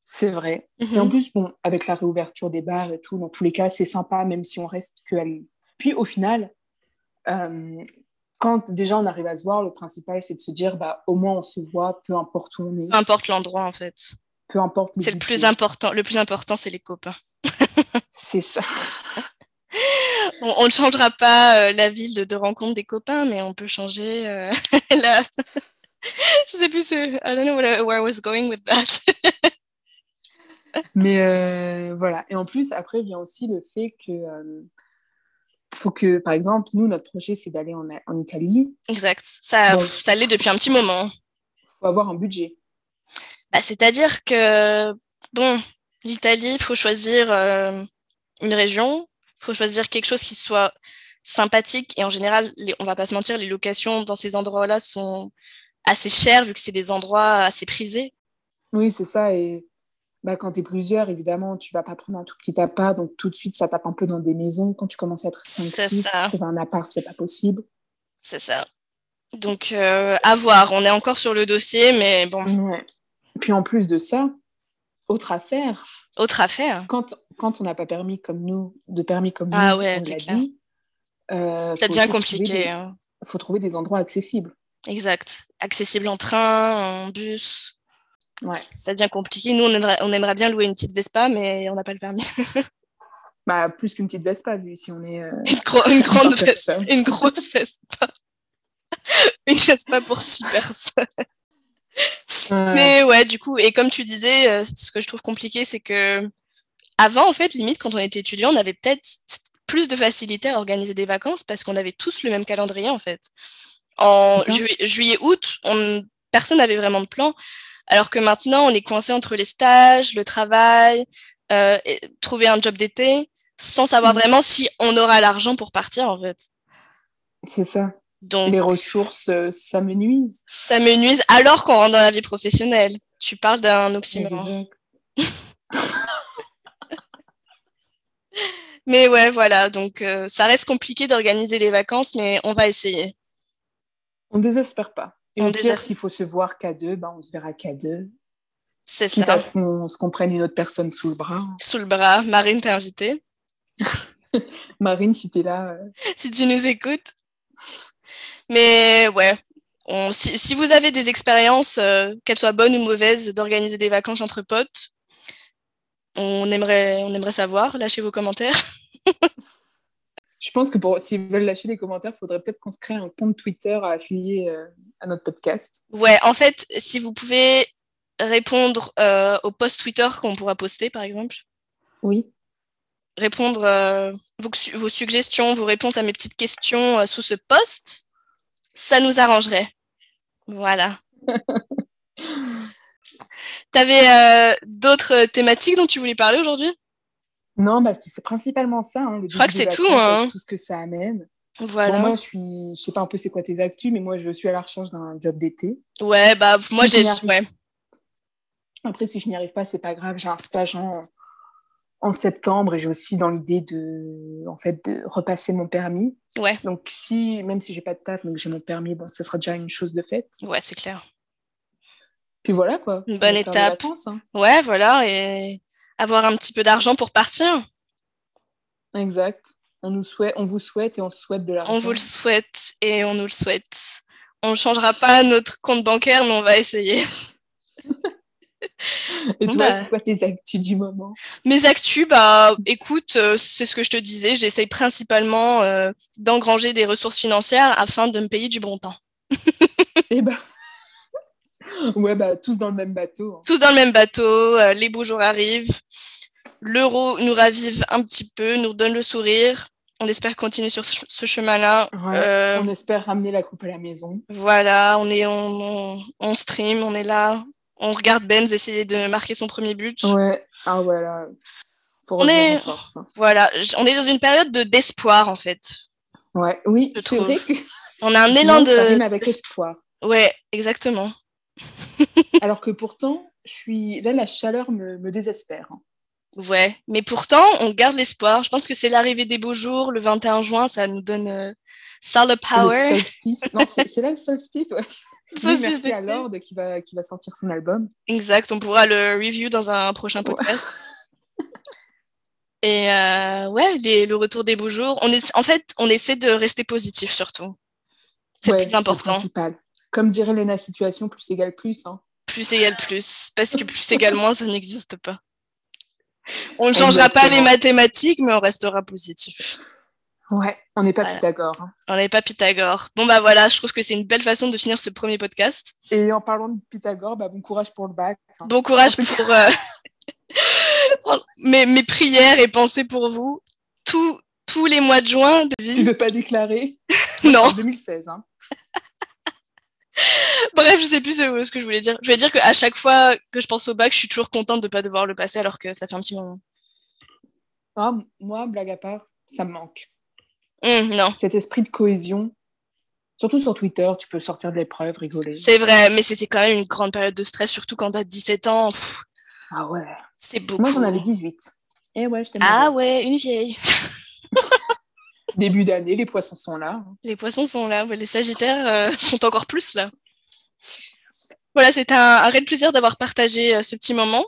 [SPEAKER 1] C'est vrai.
[SPEAKER 2] Mhm.
[SPEAKER 1] Et en plus, bon, avec la réouverture des bars et tout, dans tous les cas, c'est sympa, même si on reste que à Lille. Puis au final, euh, quand déjà on arrive à se voir, le principal, c'est de se dire, bah, au moins on se voit, peu importe où on est,
[SPEAKER 2] Peu importe l'endroit en fait.
[SPEAKER 1] peu importe.
[SPEAKER 2] C'est le
[SPEAKER 1] goûts.
[SPEAKER 2] plus important. Le plus important, c'est les copains.
[SPEAKER 1] C'est ça.
[SPEAKER 2] On, on ne changera pas euh, la ville de, de rencontre des copains, mais on peut changer euh, la. je sais plus. c'est- I don't know what I- where I was going with that.
[SPEAKER 1] Mais euh, voilà. Et en plus, après vient aussi le fait que. euh, faut que, par exemple, nous, notre projet, c'est d'aller en, en Italie.
[SPEAKER 2] exact. Ça,
[SPEAKER 1] Bon.
[SPEAKER 2] ça l'est depuis un petit moment.
[SPEAKER 1] faut avoir un budget.
[SPEAKER 2] Bah, c'est-à-dire que, bon, l'Italie, il faut choisir euh, une région, il faut choisir quelque chose qui soit sympathique. Et en général, les, on va pas se mentir, les locations dans ces endroits-là sont assez chères vu que c'est des endroits assez prisés.
[SPEAKER 1] Oui, c'est ça. Et bah, quand tu es plusieurs, évidemment, tu vas pas prendre un tout petit appart. Donc, tout de suite, ça tape un peu dans des maisons. Quand tu commences à être 5
[SPEAKER 2] C'est
[SPEAKER 1] 6,
[SPEAKER 2] ça.
[SPEAKER 1] trouver un appart, c'est pas possible.
[SPEAKER 2] C'est ça. Donc, euh, à voir. On est encore sur le dossier, mais bon,
[SPEAKER 1] Ouais. Puis, en plus de ça, autre affaire,
[SPEAKER 2] autre affaire.
[SPEAKER 1] quand, quand on n'a pas permis comme nous, de permis comme nous,
[SPEAKER 2] Ah ouais,
[SPEAKER 1] on
[SPEAKER 2] c'est
[SPEAKER 1] l'a
[SPEAKER 2] clair.
[SPEAKER 1] dit, euh,
[SPEAKER 2] Ça
[SPEAKER 1] faut
[SPEAKER 2] devient
[SPEAKER 1] aussi trouver
[SPEAKER 2] compliqué.
[SPEAKER 1] des-
[SPEAKER 2] hein.
[SPEAKER 1] faut trouver des endroits accessibles.
[SPEAKER 2] Exact. Accessible en train, en bus.
[SPEAKER 1] Ouais.
[SPEAKER 2] Ça devient compliqué. Nous, on aimerait, on aimerait bien louer une petite Vespa, mais on n'a pas le permis.
[SPEAKER 1] Bah, plus qu'une petite Vespa, vu si on est euh,
[SPEAKER 2] Une, gro- une grande
[SPEAKER 1] cinq
[SPEAKER 2] Vespa.
[SPEAKER 1] personnes.
[SPEAKER 2] Une grosse Vespa. Une Vespa pour six personnes.
[SPEAKER 1] Euh,
[SPEAKER 2] Mais ouais, du coup, et comme tu disais, euh, ce que je trouve compliqué, c'est que avant, en fait, limite, quand on était étudiant, on avait peut-être plus de facilité à organiser des vacances parce qu'on avait tous le même calendrier, en fait. En
[SPEAKER 1] C'est ça.
[SPEAKER 2] juillet- juillet, août, on, personne n'avait vraiment de plan. Alors que maintenant, on est coincé entre les stages, le travail, euh, et trouver un job d'été, sans savoir
[SPEAKER 1] Mhm.
[SPEAKER 2] vraiment si on aura l'argent pour partir, en fait.
[SPEAKER 1] C'est ça.
[SPEAKER 2] Donc,
[SPEAKER 1] Les ressources, euh, ça me nuise.
[SPEAKER 2] ça me nuise alors qu'on rentre dans la vie professionnelle. Tu parles d'un oxymore.
[SPEAKER 1] Exact.
[SPEAKER 2] Mais ouais, voilà, donc euh, ça reste compliqué d'organiser les vacances, mais on va essayer.
[SPEAKER 1] On ne désespère pas. Et
[SPEAKER 2] On
[SPEAKER 1] on au pire,
[SPEAKER 2] désespère-
[SPEAKER 1] s'il faut se voir qu'à deux, ben, on se verra qu'à deux.
[SPEAKER 2] C'est
[SPEAKER 1] Quitte
[SPEAKER 2] ça.
[SPEAKER 1] à ce qu'on se qu'on prenne une autre personne sous le bras.
[SPEAKER 2] Sous le bras, Marine, t'es invitée.
[SPEAKER 1] Marine, si t'es là, euh,
[SPEAKER 2] si tu nous écoutes. Mais ouais, on- si, si vous avez des expériences, euh, qu'elles soient bonnes ou mauvaises, d'organiser des vacances entre potes, on aimerait, on aimerait savoir. Lâchez vos commentaires.
[SPEAKER 1] je pense que pour s'ils veulent lâcher des commentaires, il faudrait peut-être qu'on se crée un compte Twitter à affilier euh, à notre podcast.
[SPEAKER 2] Ouais, en fait, si vous pouvez répondre euh, aux posts Twitter qu'on pourra poster, par exemple,
[SPEAKER 1] Oui.
[SPEAKER 2] répondre euh, vos, su- vos suggestions, vos réponses à mes petites questions euh, sous ce post, ça nous arrangerait. Voilà. T'avais euh, d'autres thématiques dont tu voulais parler aujourd'hui
[SPEAKER 1] Non, bah, c'est principalement ça. hein, le
[SPEAKER 2] Je crois
[SPEAKER 1] début
[SPEAKER 2] que
[SPEAKER 1] des
[SPEAKER 2] c'est tout,
[SPEAKER 1] vacances,
[SPEAKER 2] hein.
[SPEAKER 1] Tout ce que ça amène.
[SPEAKER 2] Voilà.
[SPEAKER 1] Bon, moi, je suis, je sais pas un peu c'est quoi tes actus, mais moi, je suis à la recherche d'un job d'été.
[SPEAKER 2] ouais, bah
[SPEAKER 1] Si
[SPEAKER 2] moi
[SPEAKER 1] je
[SPEAKER 2] j'ai
[SPEAKER 1] n'y arrive
[SPEAKER 2] ouais.
[SPEAKER 1] Après, si je n'y arrive pas, c'est pas grave. J'ai un stage en, en septembre et j'ai aussi dans l'idée de, en fait, de repasser mon permis.
[SPEAKER 2] Ouais.
[SPEAKER 1] Donc, si, même si j'ai pas de taf, mais que j'ai mon permis, bon, ça sera déjà une chose de faite.
[SPEAKER 2] Ouais, c'est clair.
[SPEAKER 1] Puis voilà, quoi.
[SPEAKER 2] Une
[SPEAKER 1] On va
[SPEAKER 2] bonne
[SPEAKER 1] faire des
[SPEAKER 2] étape.
[SPEAKER 1] vacances, hein.
[SPEAKER 2] Ouais, voilà et avoir un petit peu d'argent pour partir.
[SPEAKER 1] Exact. On, nous souhaite, on vous souhaite et on se souhaite de l'argent.
[SPEAKER 2] On vous le souhaite et on nous le souhaite. On changera pas notre compte bancaire mais on va essayer.
[SPEAKER 1] Et toi,
[SPEAKER 2] Bah.
[SPEAKER 1] c'est quoi tes actus du moment
[SPEAKER 2] Mes actus, bah écoute, euh, c'est ce que je te disais, j'essaye principalement euh, d'engranger des ressources financières afin de me payer du bon temps.
[SPEAKER 1] Eh ben. ouais, bah, tous dans le même bateau. hein.
[SPEAKER 2] Tous dans le même bateau, euh, les beaux jours arrivent, l'euro nous ravive un petit peu, nous donne le sourire. On espère continuer sur ce ce chemin-là.
[SPEAKER 1] hein. Ouais.
[SPEAKER 2] Euh,
[SPEAKER 1] On espère ramener la coupe à la maison.
[SPEAKER 2] Voilà, on est, on, on- on stream, on est là, on regarde Benz essayer de marquer son premier but.
[SPEAKER 1] Ouais. Ah, voilà. Faut
[SPEAKER 2] On est-
[SPEAKER 1] revenir en force. hein.
[SPEAKER 2] Voilà, j- on est dans une période de d'espoir en fait.
[SPEAKER 1] Ouais. Oui,
[SPEAKER 2] Je
[SPEAKER 1] c'est
[SPEAKER 2] trouve.
[SPEAKER 1] vrai que.
[SPEAKER 2] On a un élan
[SPEAKER 1] Non, ça
[SPEAKER 2] de.
[SPEAKER 1] rime avec espoir.
[SPEAKER 2] Ouais, exactement.
[SPEAKER 1] Alors que pourtant, je suis là, la chaleur me, me désespère. hein.
[SPEAKER 2] Ouais, mais pourtant, on garde l'espoir. Je pense que c'est l'arrivée des beaux jours, le 21 juin, ça nous donne euh, ça le
[SPEAKER 1] Le
[SPEAKER 2] power.
[SPEAKER 1] solstice. Non, c'est c'est là le solstice. Ouais. Oui,
[SPEAKER 2] Solstice
[SPEAKER 1] merci
[SPEAKER 2] d'été.
[SPEAKER 1] à Lord qui va, qui va sortir son album.
[SPEAKER 2] Exact, on pourra le review dans un prochain podcast. Et euh, ouais, les- le retour des beaux jours. On est, en fait, on essaie de rester positif surtout. C'est
[SPEAKER 1] Ouais,
[SPEAKER 2] le plus important.
[SPEAKER 1] principal. Comme dirait Lena Situation, plus égale plus. hein.
[SPEAKER 2] Plus égale plus, parce que plus égale moins, ça n'existe pas. On ne changera pas les
[SPEAKER 1] Exactement.
[SPEAKER 2] mathématiques, mais on restera positif.
[SPEAKER 1] Ouais, on n'est pas
[SPEAKER 2] Voilà.
[SPEAKER 1] Pythagore. hein.
[SPEAKER 2] On n'est pas Pythagore. Bon bah voilà, je trouve que c'est une belle façon de finir ce premier podcast.
[SPEAKER 1] Et en parlant de Pythagore, bah, bon courage pour le bac. hein.
[SPEAKER 2] Bon courage
[SPEAKER 1] Merci.
[SPEAKER 2] pour euh, prendre mes, mes prières et pensées pour vous. Tous tous les mois de juin de
[SPEAKER 1] Tu
[SPEAKER 2] vie.
[SPEAKER 1] veux pas déclarer
[SPEAKER 2] Non.
[SPEAKER 1] En 2016. hein.
[SPEAKER 2] Bref, je sais plus ce, ce que je voulais dire. Je voulais dire qu'à chaque fois que je pense au bac, je suis toujours contente de pas devoir le passer alors que ça fait un petit moment.
[SPEAKER 1] Ah, moi, blague à part, ça me manque.
[SPEAKER 2] Hum, non,
[SPEAKER 1] Cet esprit de cohésion. Surtout sur Twitter, tu peux sortir de l'épreuve, rigoler.
[SPEAKER 2] c'est vrai, mais c'était quand même une grande période de stress, surtout quand t'as 17 ans. Pff,
[SPEAKER 1] Ah ouais.
[SPEAKER 2] C'est beaucoup.
[SPEAKER 1] Moi, j'en avais 18. Eh ouais, je t'aime.
[SPEAKER 2] Ah ouais, une vieille.
[SPEAKER 1] Début d'année, les poissons sont là. hein.
[SPEAKER 2] Les poissons sont là, ouais, les sagittaires euh, sont encore plus là. Voilà, c'est un, un réel plaisir d'avoir partagé euh, ce petit moment.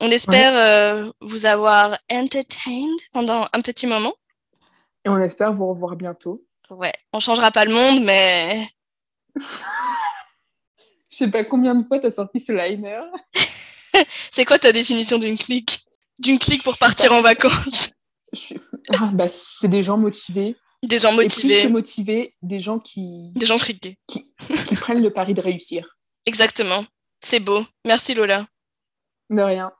[SPEAKER 2] On espère euh, vous avoir entertained pendant un petit moment.
[SPEAKER 1] Et on espère vous revoir bientôt.
[SPEAKER 2] Ouais, on changera pas le monde, mais
[SPEAKER 1] Je sais pas combien de fois t'as sorti ce liner.
[SPEAKER 2] c'est quoi ta définition d'une clique D'une clique pour partir en vacances
[SPEAKER 1] Je- Ah, bah, c'est des gens motivés.
[SPEAKER 2] Des gens
[SPEAKER 1] Et plus
[SPEAKER 2] motivés,
[SPEAKER 1] que motivés, des gens qui,
[SPEAKER 2] des gens friqués.
[SPEAKER 1] qui prennent le pari de réussir.
[SPEAKER 2] Exactement. C'est beau. Merci Lola.
[SPEAKER 1] De rien.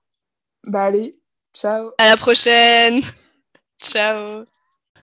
[SPEAKER 1] Bah allez, ciao.
[SPEAKER 2] À la prochaine. Ciao.